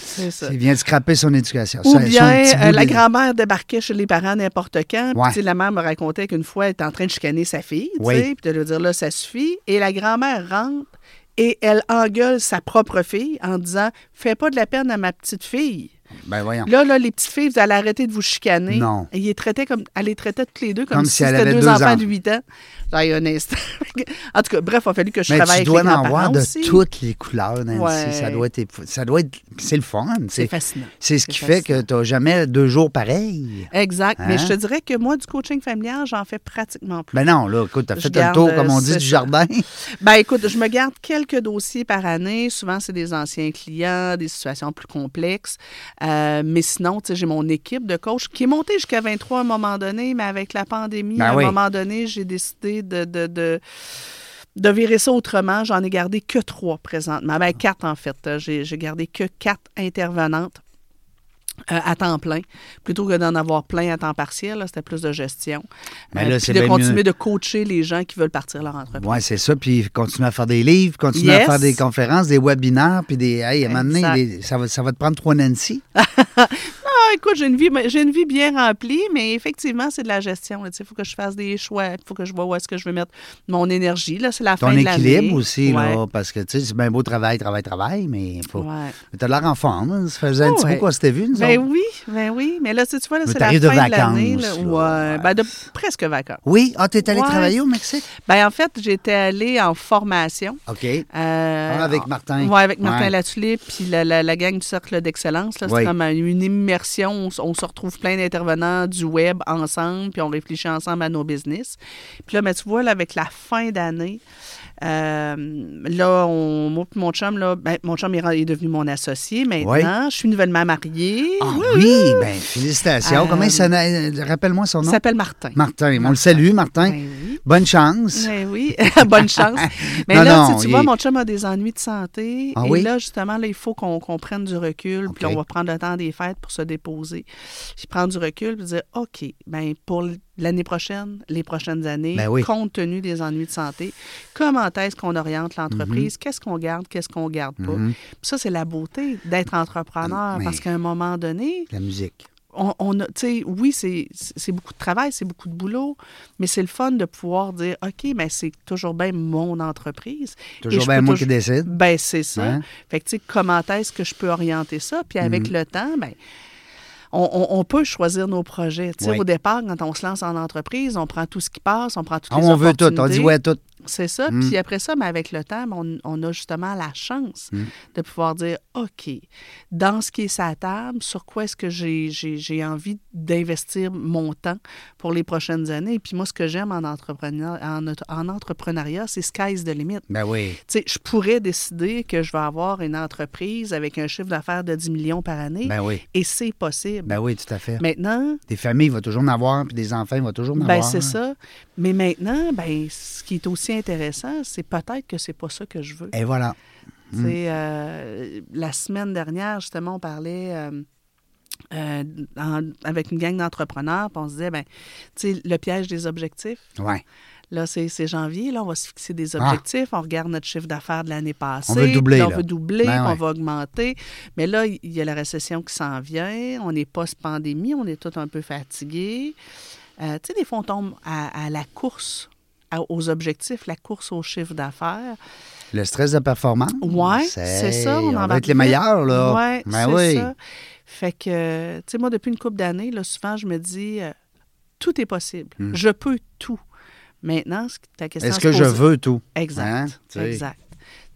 C'est ça.
Il vient de scraper son éducation.
Ou
Son- son
bien
petit
euh,
bout
la
de-
grand-mère débarquait chez les parents n'importe quand. Puis
Ouais.
tu sais, la mère me racontait qu'une fois, elle était en train de chicaner sa fille. tu
Oui.
sais, Puis de lui dire là, ça suffit. Et la grand-mère rentre et elle engueule sa propre fille en disant Fais pas de la peine à ma petite fille.
Ben voyons.
Là, là, les petites filles, vous allez arrêter de vous chicaner.
Non.
Et il les traitait comme, elle les traitait toutes les deux comme,
Comme si
si,
elle
c'était
avait
deux,
deux
enfants
ans.
de 8 ans. Là, il y a un instant. en tout cas, bref, il a fallu que je
Mais
travaille
tu dois
avec les
en
grands-parents
voir de
aussi.
toutes les couleurs, Nancy.
Ouais.
Ça doit être. épou- Ça doit être. C'est le fun.
C'est fascinant.
C'est ce
C'est
qui fait que tu n'as jamais deux jours pareils.
Exact. Mais
Hein?
je te dirais que moi, du coaching familial, j'en fais pratiquement plus.
Ben non, là, écoute, t'as
Je
fait un
garde,
tour, comme on
euh,
dit,
ce-
du jardin.
Ben écoute, je me garde quelques dossiers par année. Souvent, c'est des anciens clients, des situations plus complexes. Euh, mais sinon, tu sais, j'ai mon équipe de coach qui est montée jusqu'à 23 à un moment donné, mais avec la pandémie,
Ben
à un
oui.
moment donné, j'ai décidé de, de, de, de virer ça autrement. J'en ai gardé que trois présentement. Ben quatre, en fait. J'ai j'ai gardé que quatre intervenantes. euh, à temps plein, plutôt que d'en avoir plein à temps partiel, là, c'était plus de gestion. Euh,
Ben là,
puis
c'est
de
bien
continuer
mieux.
de coacher les gens qui veulent partir leur entreprise.
Oui, c'est ça. Puis continue à faire des livres, continue à
Yes.
faire des conférences, des webinaires, puis des. Hey, à un moment donné,
Exact.
des- ça, va, ça va te prendre trois Nancy.
Ah, écoute, j'ai une vie, j'ai une vie bien remplie, mais effectivement, c'est de la gestion. Il faut que je fasse des choix, il faut que je vois où est-ce que je vais mettre mon énergie. Là, c'est la
Ton
fin de l'année.
équilibre aussi,
Ouais.
là, parce que, tu sais, c'est bien beau travail, travail, travail, mais faut.
Ouais.
Mais t'as l'air en forme. hein. Ça faisait un
Oh,
petit
ouais.
bout qu'on s'était vu, nous
Ben
autres.
oui, ben oui. Mais là, tu sais, tu vois, là,
Mais
c'est la fin
t'arrives
de,
de
l'année. là.
vacances, là.
Ouais. Ben, de presque vacances.
Oui, ah, t'es allé
Ouais.
travailler au Mexique?
Ben, en fait, j'étais allée en formation.
OK.
euh,
Ah, avec Martin.
Oui, avec Martin
Ouais.
Latulippe, puis la, la- la gang du Cercle d'Excellence. là, C'est
Oui.
comme un- une immersion. On, s- on se retrouve plein d'intervenants du web ensemble, puis on réfléchit ensemble à nos business. Puis là, mais tu vois, là, avec la fin d'année, euh, là, on, moi, puis mon chum, là, ben, mon chum il est, devenu mon associé maintenant. Je suis nouvellement mariée.
Ah
Wouhou!
oui, ben félicitations.
Euh,
Comment il s'appelle? Rappelle-moi son
Il
nom.
s'appelle Martin.
Martin. On le salue, Martin.
Ben oui.
Bonne chance.
Ben oui, bonne chance. Mais
Non,
là,
non,
tu sais, tu
il
vois,
est-
mon chum a des ennuis de santé.
Ah
et
oui?
là, justement, là, il faut qu'on qu'on prenne du recul. Puis
OK.
on va prendre le temps des fêtes pour se déposer. Puis prendre du recul, puis dire, OK, ben pour l- l'année prochaine, les prochaines années,
Ben oui.
compte tenu des ennuis de santé, comment est-ce qu'on oriente l'entreprise?
Mm-hmm.
Qu'est-ce qu'on garde? Qu'est-ce qu'on garde pas? Puis ça, c'est la beauté d'être entrepreneur.
Ben, Mais-
Parce qu'à un moment donné,
La musique.
on, on a, tu sais, oui, c'est- c'est beaucoup de travail, c'est beaucoup de boulot, mais c'est le fun de pouvoir dire, OK, mais c'est toujours bien mon entreprise. Et
Toujours
je
bien
peux
moi
touj-
qui décide.
Ben, c'est ça.
Hein?
Fait que, tu sais, comment est-ce que je peux orienter ça? Puis
Mm-hmm.
avec le temps, ben, on, on- on peut choisir nos projets. Tu sais,
Oui.
au départ, quand on se lance en entreprise, on prend tout ce qui passe, on prend toutes
Ah,
les
on veut tout. On dit
opportunités.
ouais à tout.
C'est ça.
Mm.
Puis après ça, mais avec le temps, ben, on, on a justement la chance
Mm.
de pouvoir dire, OK, dans ce qui est sa table, sur quoi est-ce que j'ai- j'ai j'ai envie d'investir mon temps pour les prochaines années. Et puis moi, ce que j'aime en, entrepreneur- en, auto- en entrepreneuriat, c'est sky's the limit.
Ben oui.
Tu sais, je pourrais décider que je vais avoir une entreprise avec un chiffre d'affaires de 10 millions par année.
Ben oui.
Et c'est possible.
Ben oui, tout à fait.
Maintenant,
Des familles, il va toujours en avoir, puis des enfants, il va toujours en
ben,
avoir. hein.
c'est ça. Mais maintenant, ben, ce qui est aussi intéressant, c'est peut-être que c'est pas ça que je veux.
Et voilà. Mm.
Tu sais, euh, la semaine dernière, justement, on parlait euh, euh, en- avec une gang d'entrepreneurs, puis on se disait, ben, tu sais, le piège des objectifs.
Ouais.
Là, c'est c'est janvier, là, on va se fixer des
Ah.
objectifs, on regarde notre chiffre d'affaires de l'année passée.
veut doubler,
puis On
là.
veut doubler,
Ben
puis
ouais.
on va augmenter. Mais là, il y a la récession qui s'en vient, on est post-pandémie, on est tous un peu fatigués. Euh, tu sais, des fois, on tombe à, à la course à- aux objectifs, la course au chiffre d'affaires.
Le stress de performance.
Ouais, c'est ça.
On,
en
va
parle
être les
plus.
meilleurs, là.
Ouais,
Ben
c'est
oui.
ça. Fait que, tu sais, moi, depuis une couple d'années, là, souvent, je me dis, euh, tout est possible. Je peux tout. Maintenant, ce que- ta question
Hmm. Est-ce
à
que
se
je
poser-
veux tout?
Exact.
Hein? Tu sais,
Exact.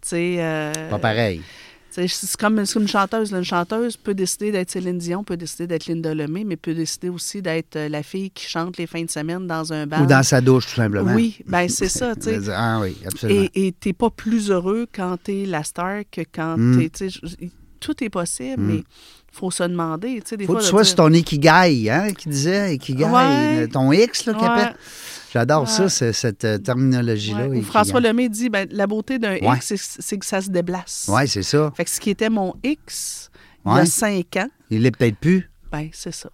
Tu sais, euh,
Pas pareil.
tu sais, c'est comme, c'est comme une chanteuse. là. Une chanteuse peut décider d'être Céline Dion, peut décider d'être Linda Lemay, mais peut décider aussi d'être euh, la fille qui chante les fins de semaine dans un bar.
Ou dans sa douche, tout simplement.
ben Oui, ben c'est ça, tu sais.
Ah oui, absolument.
Et et t'es pas plus heureux quand t'es la star que quand
Mm.
t'es. tu sais, je- Tout est possible, mais faut se demander. tu sais, Des
Hmm. Faut
fois,
que tu
de
sois
dire-
sur ton ikigai, hein, qui disait, ikigai, euh,
Ouais.
ton X, là, qu'il
Ouais.
appelle. J'adore ça,
Ouais.
c'est- cette euh, terminologie-là.
Ouais. Ou
ikigai.
François Lemay dit ben, la beauté d'un
Ouais.
X, c'est- c'est que ça se déplace.
Oui, c'est ça.
Fait que ce qui était mon X il y
Ouais.
a cinq ans,
Il l'est peut-être plus.
ben c'est ça.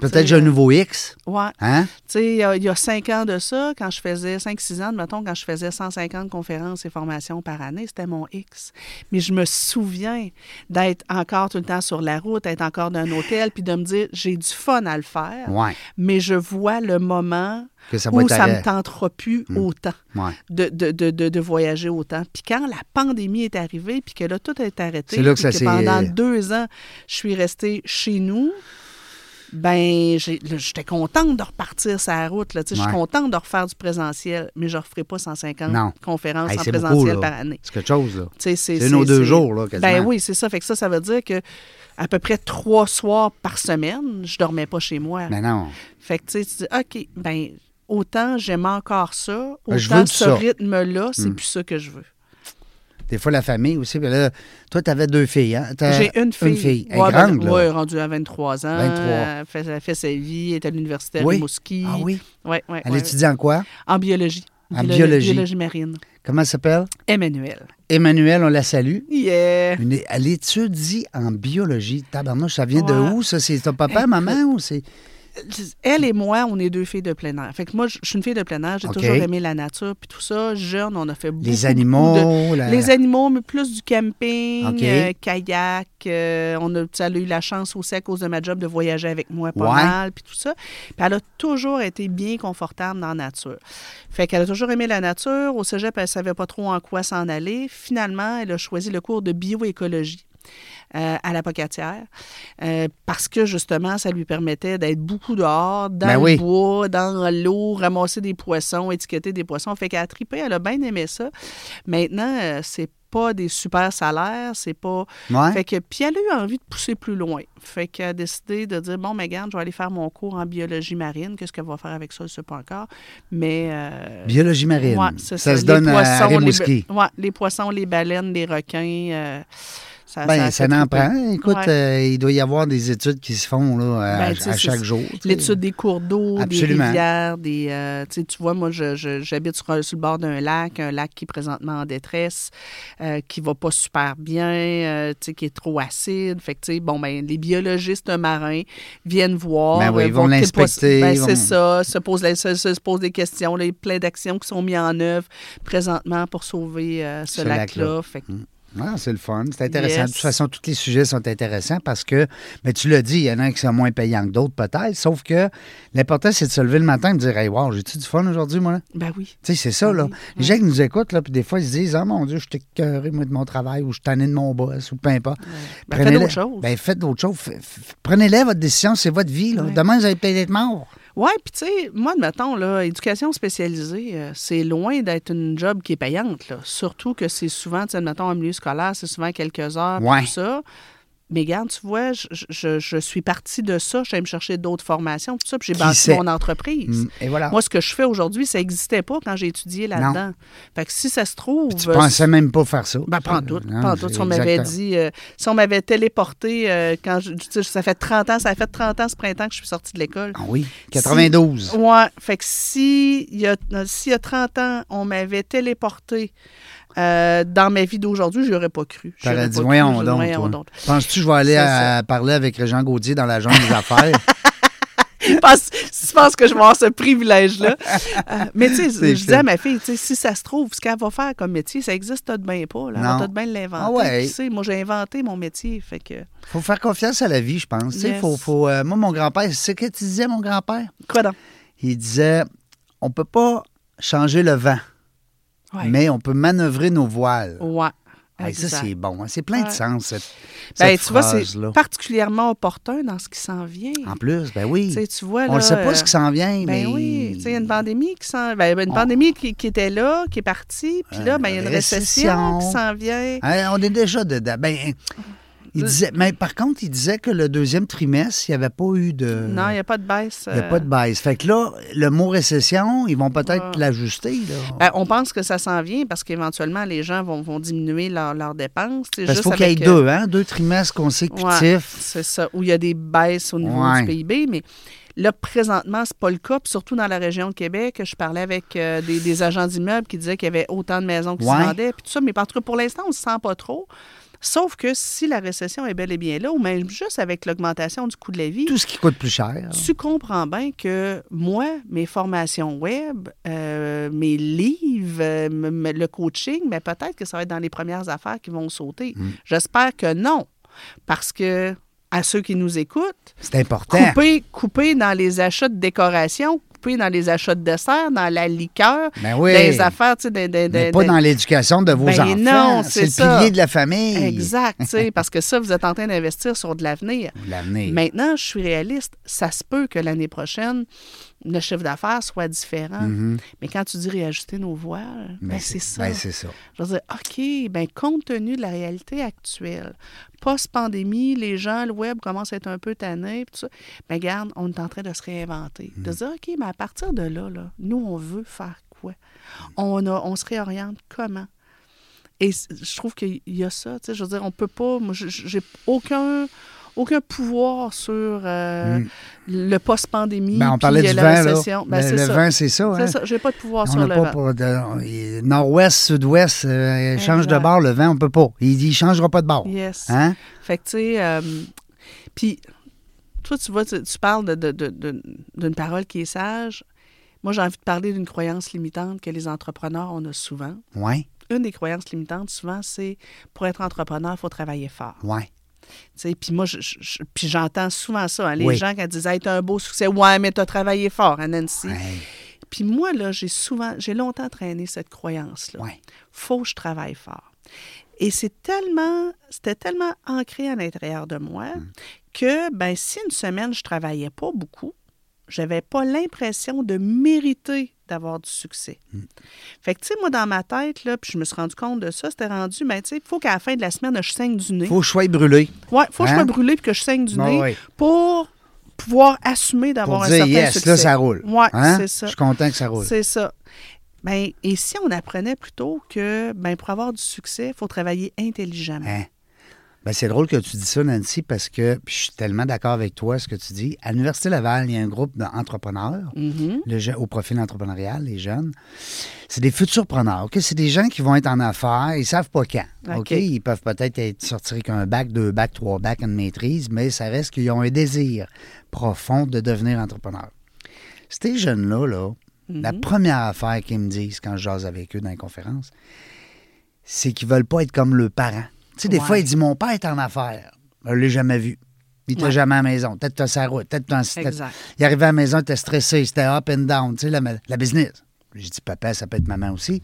Peut-être
C'est-
j'ai un nouveau X.
Ouais.
Hein?
Tu sais, il y a- il y a cinq ans de ça, quand je faisais, cinq, six ans, mettons, quand je faisais 150 conférences et formations par année, c'était mon X. Mais je me souviens d'être encore tout le temps sur la route, d'être encore dans un hôtel, puis de me dire, j'ai du fun à le faire,
Ouais.
mais je vois le moment
Que ça va
où
être
ça
arrêt. Hmm.
me tentera plus autant
Ouais.
de, de, de, de, de voyager autant. Puis quand la pandémie est arrivée, puis que là, tout est arrêté,
C'est là que
puis
ça s'est-
pendant deux ans, je suis restée chez nous, ben j'ai- là, j'étais contente de repartir sur la route. Là, Tu sais, Je suis
Ouais.
contente de refaire du présentiel, mais je ne referai pas 150
Non.
conférences
Hey,
en
c'est beaucoup,
présentiel
là.
par année.
C'est quelque chose, là.
Tu sais, C'est
C'est nos deux
c'est-
jours, là, quasiment.
Ben oui, c'est ça. Fait que ça, ça veut dire que à peu près trois soirs par semaine, je dormais pas chez moi.
Mais non.
Fait que tu sais, tu dis, OK, ben autant j'aime encore ça,
Ben, je
autant
veux
ce
ça. Hmm.
rythme-là, c'est plus ça que je veux.
Des fois, la famille aussi. puis là, toi, t'avais deux filles, hein? T'as
J'ai une fille.
Une fille. Elle est
Ouais, ben,
grande, là.
ouais, rendue à 23 ans.
23.
Elle fait, elle fait sa vie, elle est à l'université à
Oui.
Rimouski.
Ah oui?
Ouais, ouais,
Elle
ouais.
étudie en quoi?
En biologie.
En
Biolo-
biologie.
marine.
Comment elle s'appelle?
Emmanuel.
Emmanuel, on la salue.
Yeah.
Une- elle étudie en biologie. Tabarnouche, ça vient de
Ouais.
où, ça? C'est ton papa, maman ou c'est...
Elle et moi, on est deux filles de plein air. Fait que moi, je je suis une fille de plein air. J'ai
OK.
toujours aimé la nature. Puis tout ça, jeune, on a fait beaucoup.
Les animaux,
beaucoup de-
la-
Les animaux, mais plus du camping,
OK.
euh, kayak. euh, on a, tu sais, elle a eu la chance aussi à cause de ma job de voyager avec moi pas
Ouais.
mal. Puis tout ça. Puis elle a toujours été bien confortable dans la nature. Fait qu'elle a toujours aimé la nature. Au cégep, elle savait pas trop en quoi s'en aller. Finalement, elle a choisi le cours de bioécologie euh, à la Pocatière euh, parce que justement, ça lui permettait d'être beaucoup dehors, dans
Ben
le
oui.
bois, dans l'eau, ramasser des poissons, étiqueter des poissons. Fait qu'elle a trippé, elle a bien aimé ça. Maintenant, euh, c'est pas des super salaires, c'est pas...
Ouais.
Fait que, puis elle a eu envie de pousser plus loin. Fait qu'elle a décidé de dire, bon, mais garde, je vais aller faire mon cours en biologie marine. Qu'est-ce qu'elle va faire avec ça, je sais pas encore. Mais... euh,
Biologie marine.
ouais,
ça
c'est
se
Les
donne à- à
poissons, les
Rimouski.
ba- ouais, les poissons, les baleines, les requins. euh, ça,
Ben,
a
ça
fait
n'en
triper.
prend. Écoute,
Ouais.
euh, il doit y avoir des études qui se font là, à,
Ben,
à
tu sais, c'est-
chaque jour. tu sais.
L'étude des cours d'eau, des
Absolument.
rivières, des. euh, tu sais, tu vois, moi, je- je- j'habite sur, sur le bord d'un lac, un lac qui est présentement en détresse, euh, qui va pas super bien, euh, tu sais, qui est trop acide. Fait que, tu sais, bon, ben, les biologistes marins viennent voir.
Ben oui,
euh,
ils vont
voir quel
l'inspecter,
possi- ben,
ils vont-
c'est ça. Se posent, la- se, se posent des questions. là, Il y a plein d'actions qui sont mises en œuvre présentement pour sauver euh, ce,
Ce
lac-là.
lac-là.
Fait que-
Ah, c'est le fun, c'est intéressant.
Yes.
De toute façon, tous les sujets sont intéressants parce que, mais tu l'as dit, il y en a qui sont moins payants que d'autres peut-être, sauf que l'important, c'est de se lever le matin et de dire « Hey, wow, j'ai-tu du fun aujourd'hui, moi? là? »
ben oui.
Tu sais, c'est ça, là.
Oui,
Les gens qui nous écoutent, là, puis des fois, ils se disent Ah mon Dieu, je suis écœuré, moi, de mon travail, ou je suis tanné de mon boss, ou peu importe.
Ben, faites
Prenez-le-
d'autres choses.
Ben, faites d'autres choses. F- f- Prenez-les votre décision, c'est votre vie, là.
Ouais.
Demain, vous allez peut-être être mort.
Ouais, puis tu sais, moi, admettons, là, éducation spécialisée, euh, c'est loin d'être une job qui est payante, là. Surtout que c'est souvent, tu sais, admettons, en milieu scolaire, c'est souvent quelques heures, puis
Ouais.
tout ça. Mais regarde, tu vois, je, je- je suis partie de ça, je suis allée me chercher d'autres formations, tout ça, puis j'ai
Qui
bâti
sait?
mon entreprise.
Mm, Et voilà.
Moi, ce que je fais aujourd'hui, ça n'existait pas quand j'ai étudié là-dedans. Fait que si ça se trouve...
tu
euh,
pensais même pas faire ça.
ben, prends tout.
Non,
prends tout. Si on m'avait
exactement.
dit, euh, si on m'avait téléporté euh, quand je, tu sais, ça fait 30 ans, ça a fait 30 ans ce printemps que je suis sortie de l'école.
Ah oui, 92.
Si- ouais, fait que si il y a, s'il y a 30 ans, on m'avait téléporté euh, dans ma vie d'aujourd'hui, j'aurais pas cru. J'aurais
T'aurais
pas
dit,
cru,
voyons
j'aurais-
donc.
voyons
toi.
donc.
Penses-tu que je vais aller
C'est
à- parler avec Régent Gaudier dans la jungle des affaires?
Je pense, je pense que je vais avoir ce privilège-là. Euh, mais tu sais,
C'est
je disais à
fait.
ma fille, tu sais, si ça se trouve, ce qu'elle va faire comme métier, ça existe de bien pas. Là.
Non.
Elle va de bien l'inventer.
Ah ouais.
Qui sait, moi, j'ai inventé mon métier. Fait que,
faut faire confiance à la vie, je pense. Tu sais,
Yes.
Faut, faut, euh, moi, mon grand-père, c'est ce que tu disais, mon grand-père?
quoi donc?
Il disait on peut pas changer le vent,
Ouais.
mais on peut manœuvrer nos voiles.
Ouais.
Hey, ça,
exact.
c'est bon. hein. C'est plein de
Ouais.
sens, cette,
Ben,
cette
tu vois, c'est
phrase-là.
particulièrement opportun dans ce qui s'en vient.
En plus, ben
Tu
oui.
sais, tu vois,
on ne
là,
sait pas
euh,
ce qui s'en vient, mais... Ah.
Ben oui, tu sais, il y a une pandémie qui s'en... ben, ben, une pandémie qui, qui était là, qui est partie, puis là, ben, il y a une
Récession.
récession qui s'en vient.
Hein, on est déjà dedans. Ben, il
Euh,
disait, mais par contre, il disait que le deuxième trimestre, il n'y avait pas eu de...
non, il n'y a pas de baisse.
euh, il y a
euh,
pas de baisse. Fait que là, le mot récession, ils vont peut-être
Ouais.
l'ajuster. là.
ben, on pense que ça s'en vient parce qu'éventuellement, les gens vont, vont diminuer leurs leurs dépenses. tu sais,
Parce
juste
qu'il faut qu'il y ait
avec, euh,
deux, hein? Deux trimestres consécutifs.
C'est ça, où il y a des baisses au niveau
Ouais.
du PIB, mais là, présentement, c'est pas le cas, puis surtout dans la région de Québec. Je parlais avec euh, des, des agents d'immeubles qui disaient qu'il y avait autant de maisons qui
Ouais.
se vendaient, puis tout ça, mais en tout cas, pour l'instant, on ne se sent pas trop. Sauf que si la récession est bel et bien là, ou même juste avec l'augmentation du coût de la vie,
Tout ce qui coûte plus cher.
tu comprends bien que moi, mes formations web, euh, mes livres, euh, m- m- le coaching, mais peut-être que ça va être dans les premières affaires qui vont sauter.
Hmm.
J'espère que non, parce que à ceux qui nous écoutent,
C'est important.
couper, couper dans les achats de décoration, couper dans les achats de dessert, dans la liqueur,
Ben oui.
dans les affaires, tu sais, des- des-
Mais
des-
pas
des-
dans l'éducation de vos
Ben
enfants.
non,
c'est
c'est
le
ça.
pilier de la famille.
Exact, tu sais, parce que ça, vous êtes en train d'investir sur de l'avenir.
L'avenir.
Maintenant, je suis réaliste. Ça se peut que l'année prochaine, le chiffre d'affaires soit différent. Mais quand tu dis réajuster nos voiles, ben,
Ben,
c'est ça.
ben, c'est ça.
je veux dire, OK, ben, compte tenu de la réalité actuelle, post-pandémie, les gens, le web commence à être un peu tanné, puis tout ça. Ben, regarde, on est en train de se réinventer. De
Mm.
se dire, OK, mais à partir de là, là nous, on veut faire quoi? On, a, on se réoriente comment? Et c- je trouve qu'il y a ça, tu sais, je veux dire, on peut pas, moi, j- j'ai aucun, aucun pouvoir sur euh, le post-pandémie,
Mm. Ben, on
puis
parlait
euh,
du
la
vent, là.
récession. Ben,
le
c'est
le
ça.
vent, c'est ça.
C'est
hein.
ça, j'ai pas de pouvoir
On
sur
n'a
le
pas
vent.
pour- de- nord-ouest, sud-ouest, euh, change de
Exact.
bord, le vent, on peut pas. Il ne changera pas de bord.
Yes.
Hein?
Fait que, tu sais, euh, puis, toi, tu vois, tu, tu parles de- de- de- de- d'une parole qui est sage. Moi, j'ai envie de parler d'une croyance limitante que les entrepreneurs, on a souvent.
Oui,
Une des croyances limitantes, souvent, c'est pour être entrepreneur, il faut travailler fort.
oui.
Tu sais, Puis moi, je- je- je- puis j'entends souvent ça. hein, les
Oui.
gens qui disent hey, t'as un beau succès. Ouais, mais t'as travaillé fort, hein, Nancy.
Hey,
Puis moi, là, j'ai souvent, j'ai longtemps traîné cette croyance-là.
Ouais.
Faut que je travaille fort. Et c'est tellement, c'était tellement ancré à l'intérieur de moi
Hmm.
que, ben, si une semaine, je travaillais pas beaucoup, j'avais pas l'impression de mériter d'avoir du succès.
Hmm.
Fait que, tu sais, moi, dans ma tête, là, puis je me suis rendu compte de ça, c'était rendu, ben, tu sais, il faut qu'à la fin de la semaine, je saigne du nez.
faut que je sois brûlé.
Ouais, faut que je
Hein?
me brûle et que je saigne du
Ah
nez
oui.
pour pouvoir assumer
Pour
d'avoir un
dire
certain
yes,
succès.
là, ça roule.
Ouais,
Hein?
c'est ça.
Je suis content que ça roule.
C'est ça. Ben, et si on apprenait plutôt que ben, pour avoir du succès, il faut travailler intelligemment.
Hein? Ben, c'est drôle que tu dis ça, Nancy, parce que puis je suis tellement d'accord avec toi, ce que tu dis. À l'Université Laval, il y a un groupe d'entrepreneurs
Mhm.
le je- au profil entrepreneurial, les jeunes. C'est des futurs preneurs, OK? C'est des gens qui vont être en affaires, ils savent pas quand, OK?
OK.
Ils peuvent peut-être être sortir avec un bac, deux bacs, trois bacs, une maîtrise, mais ça reste qu'ils ont un désir profond de devenir entrepreneur. Ces jeunes-là, là, la
Mhm.
première affaire qu'ils me disent quand je jase avec eux dans les conférences, c'est qu'ils veulent pas être comme le parent. Tu sais, des
Ouais.
fois, ils disent « Mon père est en affaires. » Je l'ai jamais vu. Il était
Ouais.
jamais à la maison. Peut-être t'as sa route, peut-être t'as
Exact.
il arrivait à la maison, il était stressé, c'était up and down, tu sais, la, la business. J'ai dit, papa, ça peut être maman aussi.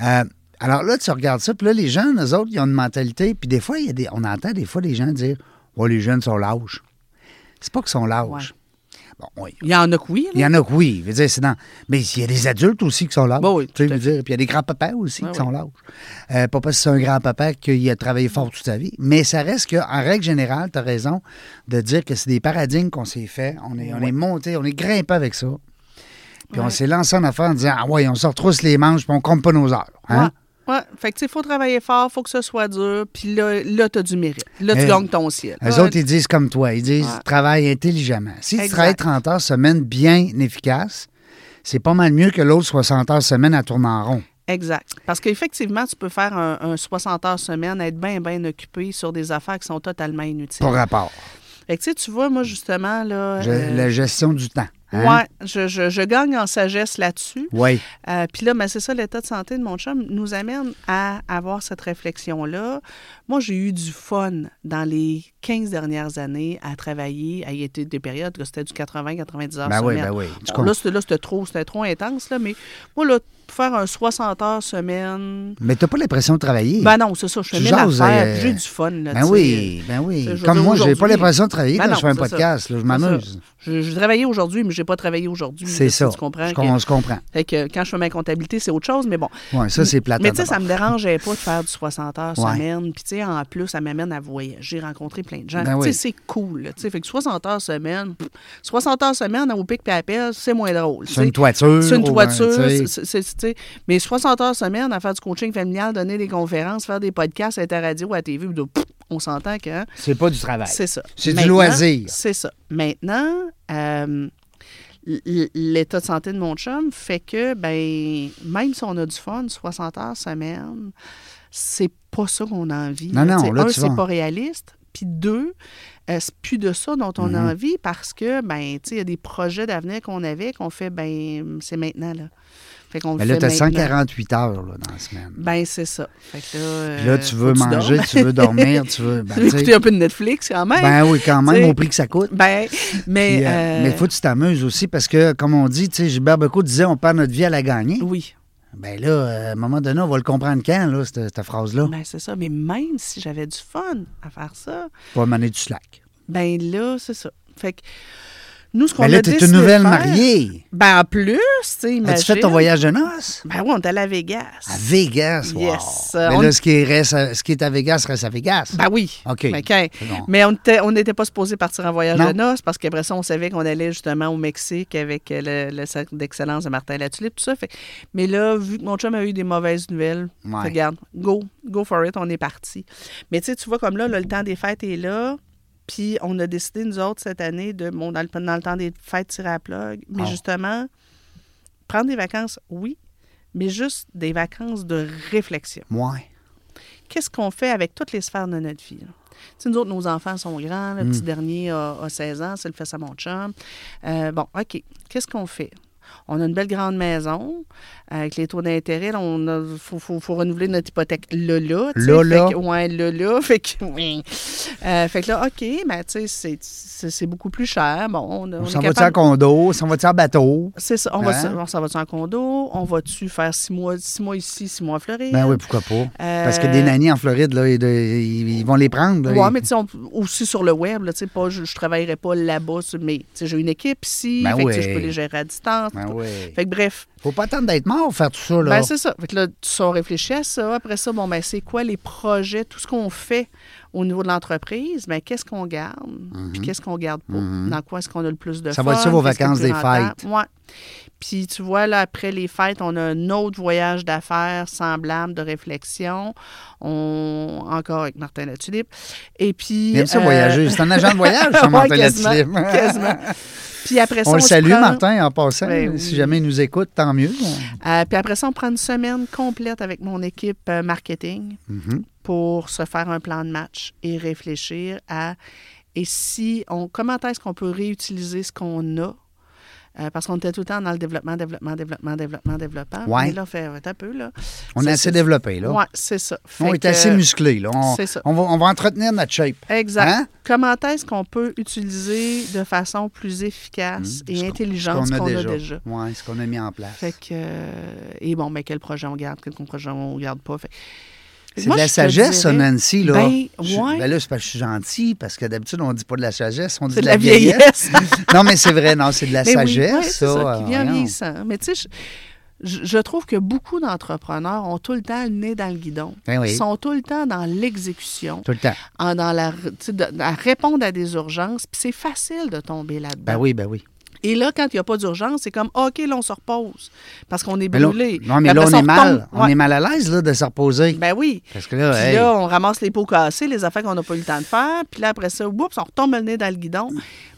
Euh, alors là, tu regardes ça, puis là, les gens, eux autres, ils ont une mentalité, puis des fois, il y a des, on entend des fois des gens dire, ouais, les jeunes sont lâches. C'est pas qu'ils sont lâches. Bon, oui.
Il y en a que oui.
Il y en a que oui. Je veux dire, c'est dans... Mais il y a des adultes aussi qui sont lâches.
Ben oui,
tu sais,
tout à
je veux dire. Puis il y a des grands-papas aussi
Ben
qui
oui.
sont lâches. Euh, pas parce que c'est un grand-papa qu'il a travaillé fort toute sa vie. Mais ça reste qu'en règle générale, tu as raison de dire que c'est des paradigmes qu'on s'est fait. On est, on est monté, on est grimpé avec ça. Puis on
Ouais.
s'est lancé en affaire en disant Ah ouais, on se retrousse les manches, puis on compte pas nos heures. Hein?
Ouais. Ouais. Fait que, tu sais, faut travailler fort, faut que ce soit dur, puis là, là tu as du mérite. Là,
Mais
tu gagnes ton ciel.
Les
Là,
autres, ils disent comme toi. Ils disent
Ouais.
travaille intelligemment. Si tu
Exact.
travailles 30 heures semaine bien efficace, c'est pas mal mieux que l'autre 60 heures semaine à tourner en rond.
Exact. Parce qu'effectivement, tu peux faire un, un 60 heures semaine, être bien, bien occupé sur des affaires qui sont totalement inutiles.
Pas rapport.
Fait que, tu sais, tu vois, moi, justement, là...
Je-
euh,
La gestion du temps. Hein?
Ouais, je, je- je gagne en sagesse là-dessus.
Oui.
Euh, Puis là, ben, c'est ça, l'état de santé de mon chum nous amène à avoir cette réflexion-là. Moi, j'ai eu du fun dans les 15 dernières années à travailler. Il y a été des périodes que c'était du 80-90 heures
Ben oui,
semaine.
ben oui. Tu
Bon,
comprends.
là, c'était là, c'était trop, c'était trop intense, là, mais moi, là, faire un 60 heures semaine...
Mais t'as pas l'impression de travailler.
Ben non, c'est ça, je fais
Tu
mes
jases,
affaires,
euh,
puis j'ai du fun, là,
Ben
tu sais.
oui, ben oui.
Je veux
Comme
dire,
moi, j'ai pas
aujourd'hui-
l'impression de travailler
Ben
quand
non,
je fais un
c'est ça.
podcast. là, je
C'est ça.
m'amuse.
Je, je travaillais aujourd'hui, mais j'ai pas travaillé aujourd'hui.
C'est
là,
ça.
Tu comprends?
Je-
que-
On se comprend.
fait que quand je fais ma comptabilité, c'est autre chose, mais bon.
Ouais, ça, c'est plate.
Mais tu sais,
à
ça me dérangeait pas de faire du 60 heures
Ouais.
semaine. Puis tu sais, en plus, ça m'amène à voyager, rencontrer plein de gens.
Ben
Tu
oui.
sais, c'est cool. là, Tu sais, fait que 60 heures semaine, pff, 60 heures semaine au pic et à la pelle, c'est moins drôle. tu
C'est
sais.
une toiture.
C'est une
ou un-
toiture.
tu sais.
c'est- c'est- c'est- tu sais, mais 60 heures semaine à faire du coaching familial, donner des conférences, faire des podcasts, être à la radio, à la TV, de- pff, on s'entend que... hein,
C'est pas du travail.
c'est ça.
C'est du
Maintenant,
loisir.
C'est ça. Maintenant, euh, l- l- l'état de santé de mon chum fait que, ben, même si on a du fun, 60 heures semaine, c'est pas ça qu'on a envie.
Non, non,
Tu sais,
là,
un,
tu vas-
c'est pas réaliste. Puis deux, euh, c'est plus de ça dont on
Mm-hmm.
a envie parce que, ben, tu sais, il y a des projets d'avenir qu'on avait qu'on fait, ben, c'est maintenant, là. Fait qu'on le
Mais Ben là,
fait
tu as
maintenant.
148 heures là, dans la semaine.
Ben, c'est ça. Fait que là,
Puis là,
euh,
tu
faut
veux
que dormes.
manger, tu veux dormir, tu veux. Ben,
Tu veux
tu sais,
écouter un peu de Netflix quand même.
ben oui, quand même,
t'sais.
au prix que ça coûte.
Ben, mais.
Puis, euh,
euh,
Mais il faut que tu t'amuses aussi parce que, comme on dit, tu sais, Gilbert Becaud disait on perd notre vie à la gagner.
Oui,
Ben là, euh, à un moment donné, on va le comprendre quand, là, cette, cette phrase-là.
ben c'est ça. Mais même si j'avais du fun à faire ça,
Faut amener du slack.
ben là, c'est ça. Fait que nous, ce qu'on
Mais Ben là,
a
tu es
décidé
une
de
nouvelle
faire-
mariée.
Ben en plus, tu sais,
As-tu
imagine.
fait ton voyage de noces?
Ben oui, on est allé à Vegas.
À Vegas, wow.
Yes, euh,
Mais
on-
là, ce qui, reste à- ce qui est à Vegas reste à Vegas.
Ben oui.
OK.
Ben, OK.
bon.
Mais on était- on n'était pas supposé partir en voyage
Non.
de noces parce qu'après ça, on savait qu'on allait justement au Mexique avec euh, le, le cercle d'excellence de Martin Latulippe, tout ça. Fait- Mais là, vu que mon chum a eu des mauvaises nouvelles,
Ouais.
fait, regarde, go, go for it, on est parti. Mais tu sais, tu vois, comme là, là, le temps des fêtes est là. Puis on a décidé, nous autres, cette année, de, bon, dans, le, dans le temps des fêtes, tirer à la plug. Mais
Ah.
justement, prendre des vacances, oui, mais juste des vacances de réflexion
Ouais.
qu'est-ce qu'on fait avec toutes les sphères de notre vie? là? Tu sais, nous autres, nos enfants sont grands. Le
Mm.
petit dernier a, a 16 ans, c'est le fils à mon chum. Euh, bon, OK. Qu'est-ce qu'on fait? On a une belle grande maison. euh, avec les taux d'intérêt, là, on a- faut, faut- faut renouveler notre hypothèque là, là. tu sais.
Là, là.
Fait que- ouais, là, là. Fait que, oui. Euh, fait que là, OK, mais tu sais, c'est- c'est c'est beaucoup plus cher. Bon, on, a- on
On
est
s'en va-tu
capable-
en condo? On s'en va-tu en bateau?
C'est ça. On va
Hein?
se- on s'en va-tu en condo? On va-tu faire six mois, six mois ici, six mois à Floride?
Ben oui, pourquoi pas?
Euh,
Parce que des nannies en Floride, là, ils, ils- ils vont les prendre. là.
Oui, mais tu sais, on- aussi sur le web, là, tu sais, pas, je ne travaillerai pas là-bas, sur- mais tu sais, j'ai une équipe ici,
Ben
fait que, tu sais,
ouais.
je peux les gérer à distance.
Ben oui.
Fait que bref,
Faut pas attendre d'être mort pour faire tout ça, là.
ben c'est ça. Fait que là, tu sais, on réfléchit à ça. Après ça, bon, ben c'est quoi les projets, tout ce qu'on fait au niveau de l'entreprise, ben qu'est-ce qu'on garde, puis qu'est-ce qu'on garde pas, dans quoi est-ce qu'on a le plus de
Mhm. Ça
fun,
va être ça, vos
qu'est-ce qui est
vacances
plus
des
rentable.
fêtes.
Ouais. Puis tu vois, là, après les fêtes, on a un autre voyage d'affaires semblable de réflexion. On... Encore avec Martin Latulippe. Et puis.
il aime ça
euh,
voyager. C'est un agent de voyage, ça,
Ouais,
Martin
quasiment,
Latulippe.
quasiment. Puis après ça,
On le
se
salue,
prend-
Martin, en passant.
Ben oui.
Si jamais il nous écoute, tant mieux.
Euh, puis après ça, on prend une semaine complète avec mon équipe euh, marketing
Mhm.
pour se faire un plan de match et réfléchir à et si on comment est-ce qu'on peut réutiliser ce qu'on a. Euh, parce qu'on était tout le temps dans le développement, développement, développement, développement, développement.
Ouais.
Mais là, on fait attends un peu, là.
On est
Ça,
assez
c'est-
développé, là.
Ouais, c'est ça.
on
Fait
est
que-
assez musclé, là. On,
c'est ça.
on va, on va entretenir notre shape.
Exact.
Hein?
Comment est-ce qu'on peut utiliser de façon plus efficace
Hmm. Ce
et
qu'on-
intelligente ce qu'on a déjà?
Ouais, ce qu'on a mis en place.
Fait que. euh, et bon, mais quel projet on garde, quel projet on garde pas. Fait-
C'est
Moi,
de la
je te
sagesse, ça,
dirais-
Nancy, là.
Ben,
Je-
ouais.
ben là, c'est parce que je suis gentil, parce que d'habitude, on dit pas de la sagesse, on dit
C'est
de la, vieillesse.
vieillesse.
non, mais c'est vrai, non, c'est de la
Mais oui,
sagesse,
ouais, c'est
ça.
ça, qui
euh,
vient
voyons.
vieillissant. Mais tu sais, je, je- je trouve que beaucoup d'entrepreneurs ont tout le temps le nez dans le guidon.
Ben oui.
Ils sont tout le temps dans l'exécution,
Tout le temps.
en- dans la, tu sais, de- à répondre à des urgences. Puis c'est facile de tomber là-dedans.
Ben oui, ben oui.
Et là, quand il n'y a pas d'urgence, c'est comme OK, là, on se repose parce qu'on est
Mais Ben là,
brûlé.
non, mais
Puis
là, on
après ça,
est mal.
retombe.
On
Ouais.
est mal à l'aise, là, de se reposer.
Ben oui.
Parce que là,
Puis
hey,
là, on ramasse les pots cassés, les affaires qu'on n'a pas eu le temps de faire. Puis là, après ça, oups, on retombe le nez dans le guidon.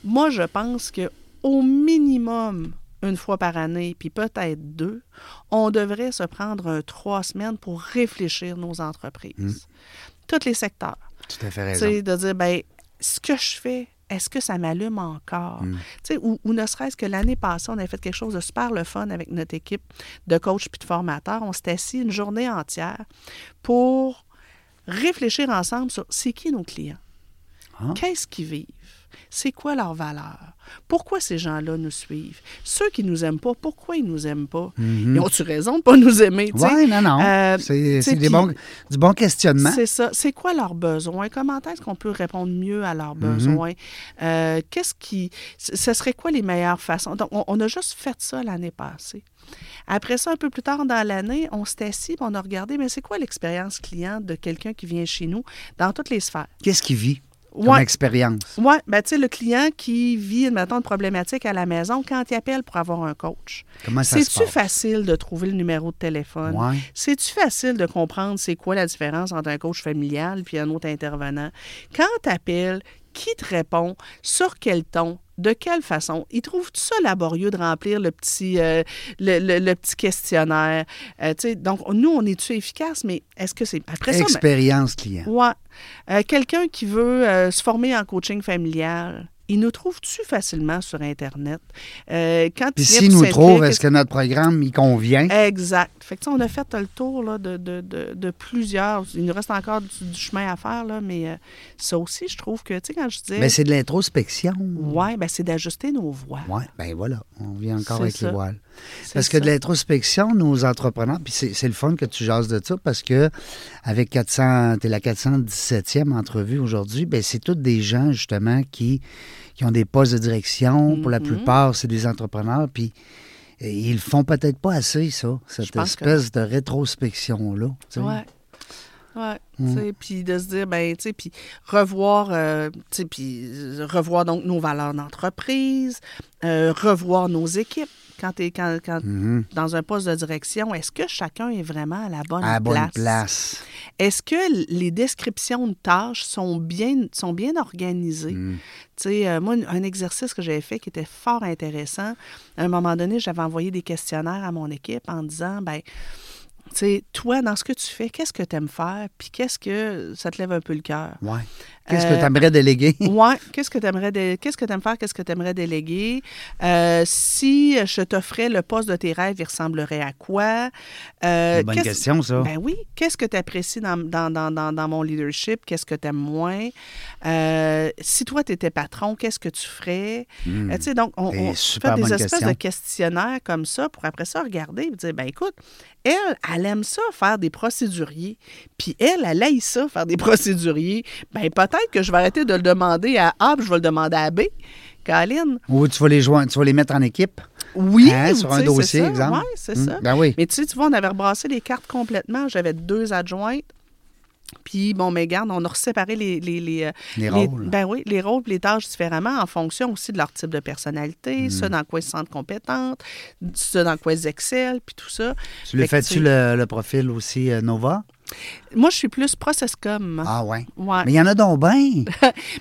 Moi, je pense que au minimum, une fois par année, puis peut-être deux, on devrait se prendre un trois semaines pour réfléchir nos entreprises. Tous les secteurs.
tu t'as fait
Tu
raison.
sais, de dire, ben ce que je fais, est-ce que ça m'allume encore?
Mm.
Tu sais, Ou, ou ne serait-ce que l'année passée, on avait fait quelque chose de super le fun avec notre équipe de coachs puis de formateurs. On s'est assis une journée entière pour réfléchir ensemble sur c'est qui nos clients?
Ah.
Qu'est-ce qu'ils vivent? C'est quoi leur valeur? Pourquoi ces gens-là nous suivent? Ceux qui nous aiment pas, pourquoi ils nous aiment pas? Ils ont-tu raison de pas nous aimer? tu sais?
Oui, Mm-hmm. non, non.
Euh,
c'est
tu sais,
c'est des
puis-
bons- du bon questionnement.
c'est ça. C'est quoi leurs besoins? Comment est-ce qu'on peut répondre mieux à leurs
Mm-hmm.
besoins? Euh, Qu'est-ce qui. c- Ce serait quoi les meilleures façons? Donc, on, on a juste fait ça l'année passée. Après ça, un peu plus tard dans l'année, on s'est assis puis on a regardé, mais c'est quoi l'expérience client de quelqu'un qui vient chez nous dans toutes les sphères?
Qu'est-ce qu'il vit comme
Ouais.
expérience?
Oui, ben, tu sais, le client qui vit, maintenant une problématique à la maison, quand il appelle pour avoir un coach,
Comment ça se
c'est-tu
passe?
facile de trouver le numéro de téléphone?
Ouais.
C'est-tu facile de comprendre c'est quoi la différence entre un coach familial puis un autre intervenant? Quand tu appelles, qui te répond? Sur quel ton? De quelle façon? Ils trouvent ça laborieux de remplir le petit, euh, le, le- le petit questionnaire? Euh, tu sais, donc, nous, on est-tu efficace, mais est-ce que c'est. Après ça, mais-
Expérience client.
Ouais. Euh, Quelqu'un qui veut euh, se former en coaching familial, il nous trouve-tu facilement sur Internet? Euh, quand
Puis
il vient
s'il
pour Eh,
nous
s'inscrire,
trouve,
qu'est-ce
est-ce que notre programme y convient?
Exact. Fait que, tu sais, on a fait euh, le tour là, de, de- de- de plusieurs. Il nous reste encore du, du chemin à faire, là, mais euh, ça aussi, je trouve que, tu sais, quand je dis.
Mais ben, c'est de l'introspection.
ouais, ben, c'est d'ajuster nos voix.
Oui, ben voilà, on vient encore
C'est
avec
ça.
les voiles.
C'est
Parce que
ça.
de l'introspection, nos entrepreneurs, puis c'est c'est le fun que tu jases de ça, parce que avec 400, t'es la 417e entrevue aujourd'hui, ben c'est tous des gens, justement, qui, qui ont des postes de direction. Pour
Mm-hmm.
la plupart, c'est des entrepreneurs, puis et ils le font peut-être pas assez, ça, cette
pense que
espèce de rétrospection-là. tu sais.
Ouais. Ouais,
Mm.
tu sais, puis de se dire, ben, tu sais, puis revoir, euh, tu sais, puis euh, revoir donc nos valeurs d'entreprise, euh, revoir nos équipes. Quand tu es quand, quand dans un poste de direction, est-ce que chacun est vraiment à la bonne
Mm-hmm. À la bonne place.
Est-ce que l- les descriptions de tâches sont bien, sont bien organisées?
Mm.
Tu sais, euh, moi, un- un exercice que j'avais fait qui était fort intéressant, à un moment donné, j'avais envoyé des questionnaires à mon équipe en disant, ben, tu sais, toi, dans ce que tu fais, qu'est-ce que tu aimes faire? Puis qu'est-ce que ça te lève un peu le cœur?
Ouais. Qu'est-ce
Euh,
que tu aimerais déléguer?
Ouais, qu'est-ce que tu aimerais qu'est-ce que t'aimes faire, qu'est-ce que tu aimerais déléguer Euh, si je t'offrais le poste de tes rêves, il ressemblerait à quoi Euh,
une bonne
qu'est-ce-
question, ça.
Ben oui, qu'est-ce que tu apprécies dans, dans, dans, dans, dans mon leadership, qu'est-ce que tu aimes moins Euh, si toi tu étais patron, qu'est-ce que tu ferais Euh, tu sais donc on,
Eh,
on
super
fait des
bonne
espèces
question.
de questionnaires comme ça pour après ça regarder et dire ben écoute, elle elle aime ça faire des procéduriers, puis elle elle aime ça faire des procéduriers. Ben peut-être que je vais arrêter de le demander à A, puis je vais le demander à B. Caroline,
Ou tu vas les joindre, tu vas les mettre en équipe?
oui,
Hein, sur
tu
un
sais,
dossier,
c'est ça.
exemple.
Ouais, c'est
Mm.
ça.
Ben oui.
Mais tu sais, tu vois, on avait rebrassé les cartes complètement. J'avais deux adjointes. Puis, bon, mais garde, on a séparé les, les, les, euh,
Les rôles.
Ben oui, les rôles et les tâches différemment en fonction aussi de leur type de personnalité,
Hmm.
ce dans quoi ils se sentent compétentes, ce dans quoi ils excellent, puis tout ça.
Tu le
Fait que,
fais-tu
sais,
le, le profil aussi euh, Nova?
Moi, je suis plus process-com.
Ah ouais.
Ouais.
Mais il y en a donc bien.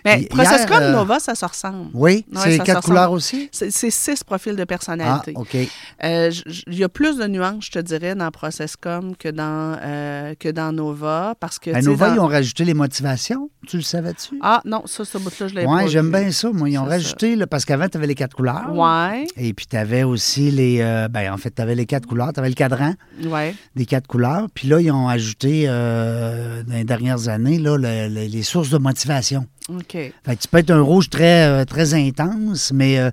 Mais
Hi-
process-com,
hier, euh,
Nova, ça se ressemble.
Oui, c'est
Ouais, ça se
quatre
ressemble.
couleurs aussi?
C'est c'est six profils de
Ah,
personnalité.
OK.
Euh, j- j- Il y a plus de nuances, je te dirais, dans Processcom que dans, euh, que dans Nova, parce que...
À
tu sais,
Nova,
dans-
ils ont rajouté les motivations. Tu le savais-tu?
Ah non, ça, ce bout-là, je l'ai pas
oui, j'aime
vu.
bien ça. Moi, ils ont
C'est
rajouté, là, parce qu'avant, tu avais les quatre couleurs.
Ouais,
Et puis, tu avais aussi les. euh, ben, en fait, tu avais les quatre couleurs. Tu avais le cadran
ouais.
des quatre couleurs. Puis là, ils ont ajouté, euh, dans les dernières années, là, le- le- les sources de motivation.
OK.
Fait que tu peux être un rouge très, euh, très intense, mais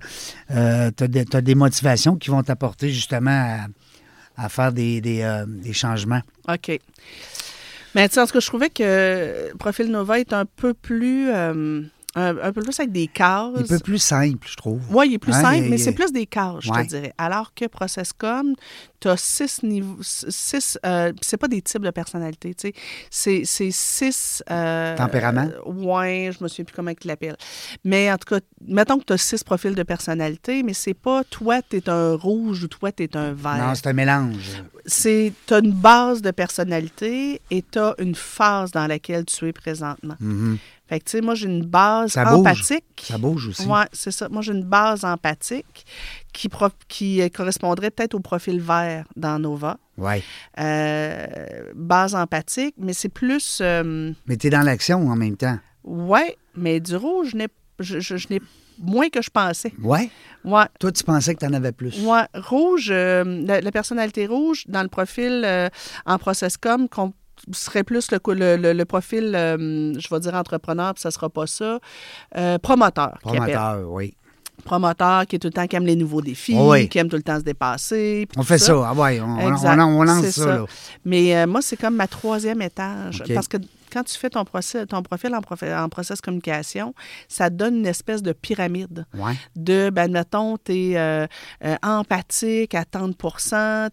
tu as, des motivations qui vont t'apporter justement à, à faire des, des, euh, des changements.
OK. Mais tu sais, en tout cas, je trouvais que Profil Nova est un peu plus... euh, un, un peu plus avec des cases.
Un peu plus simple, je trouve.
Oui, il est plus
Hein,
simple,
il-
mais
il-
c'est plus des cases, je
Ouais.
te dirais. Alors que Processcom, tu as six niveaux. Six, euh, pis c'est pas des types de personnalités, tu sais. C'est, c'est six. euh,
Tempéraments?
euh, ouais, je me souviens plus comment ils l'appellent. Mais en tout cas, mettons que tu as six profils de personnalité, mais c'est pas toi, tu es un rouge ou toi, tu es un vert.
Non, c'est un mélange.
c'est, tu as une base de personnalité et tu as une phase dans laquelle tu es présentement. Fait que, tu sais, moi, j'ai une base
Mm-hmm. Ça bouge.
empathique.
Ça bouge aussi.
Oui, c'est ça. Moi, j'ai une base empathique qui, pro- qui euh, correspondrait peut-être au profil vert dans Nova.
Ouais.
Euh, base empathique, mais c'est plus. euh,
Mais tu es dans l'action en même temps.
ouais, mais du rouge n'est Je, je- je n'ai moins que je pensais.
Ouais.
Ouais.
Toi, tu pensais que tu en avais plus.
Ouais, rouge, euh, la, la personnalité rouge, dans le profil euh, en process com, qu'on serait plus le, co- le, le- le profil, euh, je vais dire entrepreneur, puis ça sera pas ça, euh, promoteur. qui appelle.
Promoteur, oui.
promoteur qui est tout le temps, qui aime les nouveaux défis,
Oh Oui.
qui aime tout le temps se dépasser. puis
On
tout
fait ça, ah ouais, on, on-
Exact,
on- on lance ça.
c'est ça.
là.
Mais euh, moi, c'est comme ma troisième étage.
OK.
Parce que quand tu fais ton, procès- ton profil en, profi- en process communication, ça te donne une espèce de pyramide.
Ouais.
De, ben, admettons, t'es euh, euh, empathique à 30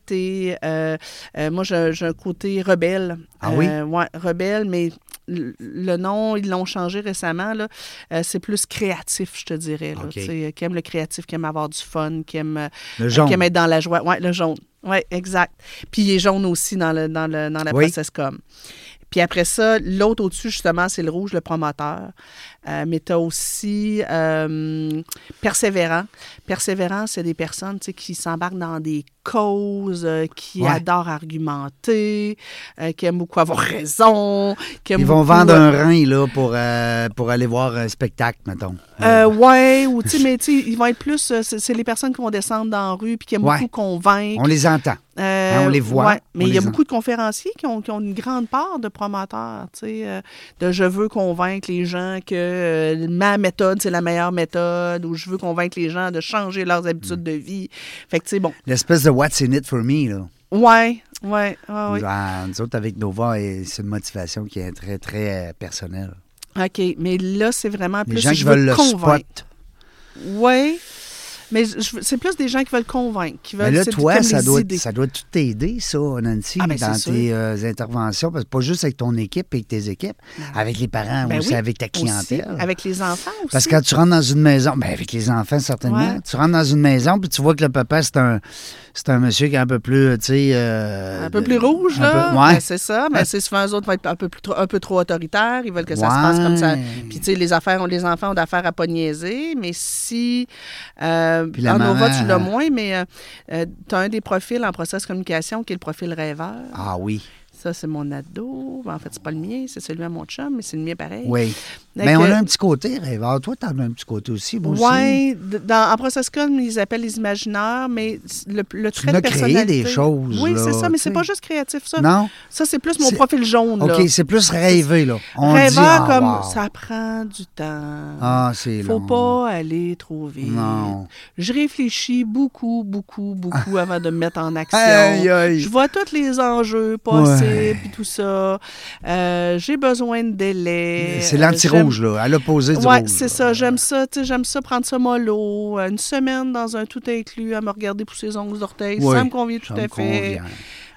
t'es... euh, euh, moi, j'ai j'ai un côté rebelle.
Ah oui?
Euh, ouais, rebelle, mais le- le nom, ils l'ont changé récemment. là. Euh, c'est plus créatif, je te dirais. là.
OK.
Tu sais, euh, Qui aime le créatif, qui aime avoir du fun, qui aime... euh,
Le jaune.
qui aime être dans la joie. Oui, le jaune. Oui, exact. Puis il est jaune aussi dans, le, dans, le, dans la
Oui.
process com. Puis après ça, l'autre au-dessus, justement, c'est le rouge, le promoteur. Euh, mais tu as aussi euh, persévérant. Persévérant, c'est des personnes tu sais, qui s'embarquent dans des causes, euh, qui
Ouais.
adorent argumenter, euh, qui aiment beaucoup avoir raison. qui aiment
Ils vont
beaucoup,
vendre
euh,
un rein là, pour, euh, pour aller voir un spectacle, mettons.
Euh, ouais, ou tu sais, mais tu sais, ils vont être plus. euh, C'est c'est les personnes qui vont descendre dans la rue puis qui aiment
Ouais.
beaucoup convaincre.
on les entend.
Euh,
Hein, on les voit,
ouais,
on
mais il y a
les en-
beaucoup de conférenciers qui ont, qui ont une grande part de promoteurs, tu sais, euh, de je veux convaincre les gens que euh, ma méthode, c'est la meilleure méthode, ou je veux convaincre les gens de changer leurs habitudes
Mm.
de vie. Fait que, tu sais, bon,
L'espèce de What's in it for me. Là.
ouais, ouais, ouais, ouais.
Ah, nous autres, avec Nova, et c'est une motivation qui est très, très euh, personnelle.
OK, mais là, c'est vraiment plus
Les gens
je
qui
veux
veulent le
convaincre.
spot.
Ouais, mais je- je veux- c'est plus des gens qui veulent convaincre, qui veulent...
Mais là,
c'est
toi,
comme
ça
les
doit,
idées.
ça doit tout t'aider, ça, Nancy,
Ah, ben,
dans
c'est
tes euh, interventions. Parce que pas juste avec ton équipe et avec tes équipes, avec les parents
Ben
aussi,
oui,
avec ta clientèle.
Aussi, avec les enfants aussi.
Parce que quand tu rentres dans une maison, ben avec les enfants certainement,
Ouais.
tu rentres dans une maison puis tu vois que le papa c'est un c'est un monsieur qui est un peu plus tu sais euh,
Un peu
de-
plus rouge,
un
là.
peu- ouais.
Ben, c'est ça. Mais c'est souvent, eux autres vont être un peu, plus, trop- un peu trop autoritaires. Ils veulent que ça se passe comme ça.
Ouais.
Puis, tu sais, les, affaires, les enfants ont d'affaires à pas niaiser. Mais si. Euh,
Puis la
en Nova,
maman,
tu l'as
euh,
moins, mais tu as un des profils en process communication qui est le profil rêveur.
Ah oui,
Ça, c'est mon ado. Ben, en fait, c'est pas le mien, c'est celui à mon chum, mais c'est le mien pareil.
oui.
Donc,
Mais Ben, on a
euh,
un petit côté rêveur. Toi t'en as un petit côté aussi, moi aussi.
Oui, en process-com, ils appellent les imaginaires, mais le, le
Tu
trait
n'as
de
créé
personnalité...
des choses,
Oui, c'est
là,
ça, mais
tu sais.
c'est pas juste créatif, ça.
Non,
Ça, c'est plus mon
C'est-
profil jaune, là.
ok, c'est plus rêvé là. On
Rêveur
dit ah,
comme
wow.
ça prend du temps.
Ah c'est
Faut
long.
pas aller trop vite.
Non.
Je réfléchis beaucoup, beaucoup, beaucoup avant de me mettre en action.
Aïe, aïe.
Je vois tous les enjeux possibles
Ouais.
et tout ça. Euh, J'ai besoin de délai.
C'est
Euh,
l'anti-rouge là, à l'opposé du
Ouais,
rouge.
c'est
là.
ça. J'aime ça. tu sais, J'aime ça prendre ça mollo. Euh, Une semaine dans un tout inclus à me regarder pousser les ongles d'orteil.
Oui,
ça me convient tout
ça me
à fait.
convient.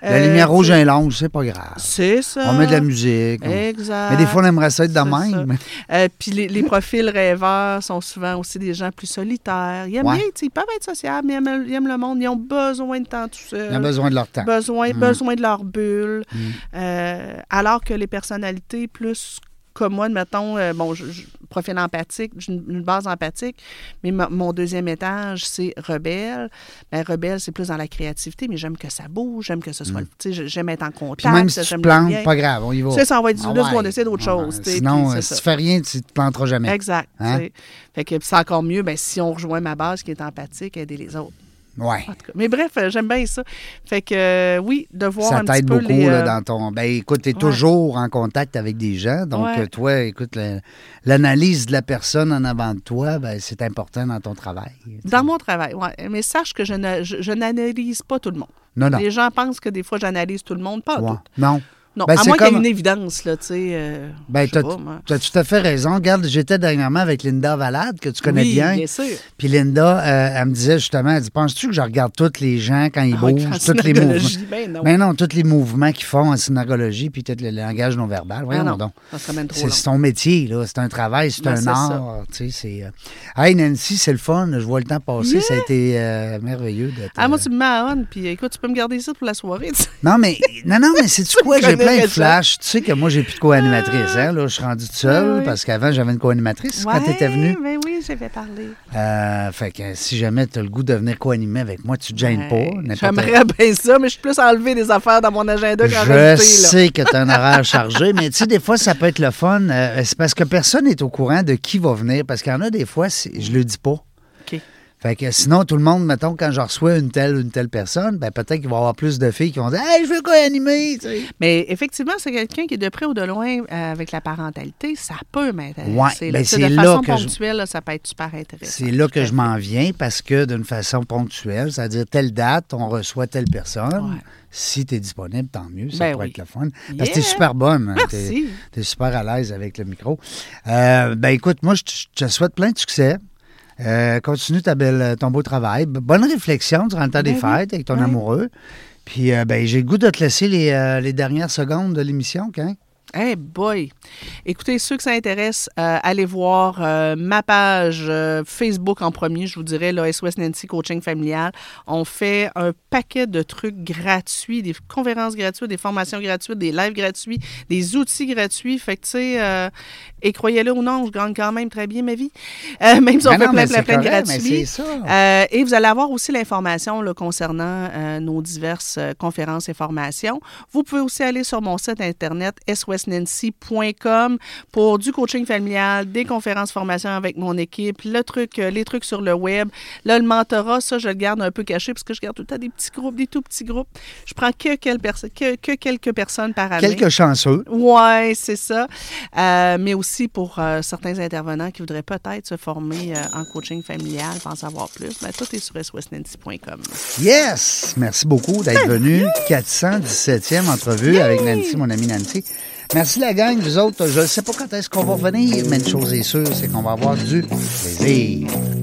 La
Euh,
lumière rouge
tu-
est longue, c'est pas grave.
C'est ça.
On met de la musique. on-
Exact.
Mais des fois on aimerait ça être de
C'est ça.
même.
Euh, puis les, les profils rêveurs sont souvent aussi des gens plus solitaires. Ils aiment
Ouais.
bien, tu sais, ils peuvent être sociables, mais ils aiment, ils aiment le monde, ils ont besoin de temps tout seul.
On a besoin de leur temps.
Besoin,
Mm.
besoin de leur bulle.
Mm.
Euh, alors que les personnalités plus comme moi, mettons, bon, je, je- profil empathique, j'ai une, une base empathique, mais ma- mon deuxième étage, c'est rebelle. Ben, rebelle, c'est plus dans la créativité, mais j'aime que ça bouge, j'aime que ce soit, tu sais, j'aime être en
Mm. Puis
contact.
même si tu
j'aime
te
le
plantes,
lien.
pas grave, on y va.
Ça, ça, on va être du-
Ah
là, ce qu'on
ouais,
essaie d'autre
ah ouais.
chose, tu sais,
Sinon,
puis c'est
euh,
ça.
si tu fais rien, tu te planteras jamais.
Exact.
Hein?
tu sais. Fait que c'est encore mieux ben, si on rejoint ma base qui est empathique, aider les autres.
Ouais.
En tout cas. Mais bref, euh, j'aime bien ça. Fait que euh, oui, de voir
Ça
un petit
t'aide
peu
beaucoup
les,
là,
euh,
dans ton. Ben écoute, tu es toujours en contact avec des gens. Donc,
Ouais.
euh, toi, écoute, le- l'analyse de la personne en avant de toi, ben, c'est important dans ton travail.
dans mon travail. Ouais. Mais sache que je, ne- je, je n'analyse pas tout le monde.
Ah Non, non.
Les gens pensent que des fois j'analyse tout le monde, pas
Ouais.
tout.
Non.
Non,
Ben,
à
c'est
moins qu'il y ait
comme-
une évidence, là, tu sais. euh,
Ben,
je sais
t'as
pas, moi.
t'as tout à fait raison. Regarde, j'étais dernièrement avec Linda Valade, que tu connais
Oui,
bien.
bien sûr.
Puis Linda, euh, elle me disait justement, elle dit, penses-tu que je regarde tous les gens quand ils
Ah oui,
bougent,
quand
tous les
synagogie,
mouvements?
ben non.
Ben non, tous les mouvements qu'ils font en synagogie, puis tout le langage non verbal.
Ah
Voyons
non,
donc.
ça serait même trop
C'est
long.
son métier, là. C'est un travail, c'est
Ben,
un
c'est ça.
art. Tu sais, c'est. euh, Hey Nancy, c'est le fun. Je vois le temps passer. Ça a été euh, merveilleux de te-
Ah, moi, tu me mets à on, puis écoute, tu peux me garder ça pour la soirée, tu sais.
Non, mais. Non, non, mais c'est-tu quoi? J'ai plein
connais
de
verrais ça.
flashs. Tu sais que moi, j'ai plus de co-animatrice. Hein? Là, je suis rendu toute seule
Ah oui.
parce qu'avant, j'avais une co-animatrice quand tu étais venue.
Ben oui, j'avais parlé.
Euh, fait que si jamais tu as le goût de venir co-animer avec moi, tu te gênes pas.
Hey,
n'importe-
J'aimerais bien ça, mais je suis plus enlevé des affaires dans mon agenda qu'en
Je
réalité. là.
sais que tu as un horaire chargé, mais tu sais, des fois, ça peut être le fun. euh, c'est parce que personne n'est au courant de qui va venir. Parce qu'il y en a des fois, c'est- je le dis pas.
OK.
Fait que sinon, tout le monde, mettons, quand je reçois une telle ou une telle personne, ben peut-être qu'il va y avoir plus de filles qui vont dire Hey, je veux co-animer! tu sais.
Mais effectivement, c'est quelqu'un qui est de près ou de loin euh, avec la parentalité, ça peut m'intéresser.
Ouais,
là.
ben
Tu sais,
c'est
de
là
façon
que je-
ponctuelle, là, ça peut être super intéressant.
C'est là
tout à
que je
fait.
m'en viens parce que d'une façon ponctuelle, c'est-à-dire telle date, on reçoit telle personne.
Ouais.
Si tu es disponible, tant mieux, ça
Ben
pourrait
oui.
être le fun. Parce que tu es
Yeah!
super bonne. Tu
Merci.
es, super à l'aise avec le micro. Euh, ben écoute, moi, je te- je te souhaite plein de succès. Euh, continue ta belle, ton beau travail. B- Bonne réflexion durant le temps des
Ben oui,
fêtes avec ton
oui.
amoureux. Puis, euh, ben, j'ai le goût de te laisser les, euh, les dernières secondes de l'émission, hein. quand?
Hey boy! Écoutez, ceux que ça intéresse, euh, allez voir euh, ma page euh, Facebook en premier, je vous dirais, là, SOS Nancy Coaching Familial. On fait un paquet de trucs gratuits, des conférences gratuites, des formations gratuites, des lives gratuits, des outils gratuits. Fait que, tu sais, euh, et croyez-le ou non, je gagne quand même très bien ma vie. Euh, même si on
Ben
fait
non,
plein,
mais
plein,
c'est
plein de
correct, mais
gratuits.
c'est ça.
Euh, et vous allez avoir aussi l'information là, concernant euh, nos diverses euh, conférences et formations. Vous pouvez aussi aller sur mon site internet swestnancy.com pour du coaching familial, des conférences formations avec mon équipe, le truc, euh, les trucs sur le web. Là, le mentorat, ça, je le garde un peu caché parce que je garde tout le temps des petits groupes, des tout petits groupes. Je prends que, quelques perso- que- que quelques personnes par année.
Quelques chanceux.
Oui, c'est ça. Euh, mais aussi pour euh, certains intervenants qui voudraient peut-être se former euh, en coaching familial, pour en savoir plus, ben, tout est sur swestnancy.com.
Yes! Merci beaucoup d'être venu. 417e entrevue avec Nancy, mon amie Nancy. Merci la gang, vous autres. Je ne sais pas quand est-ce qu'on va revenir, mais une chose est sûre, c'est qu'on va avoir du plaisir.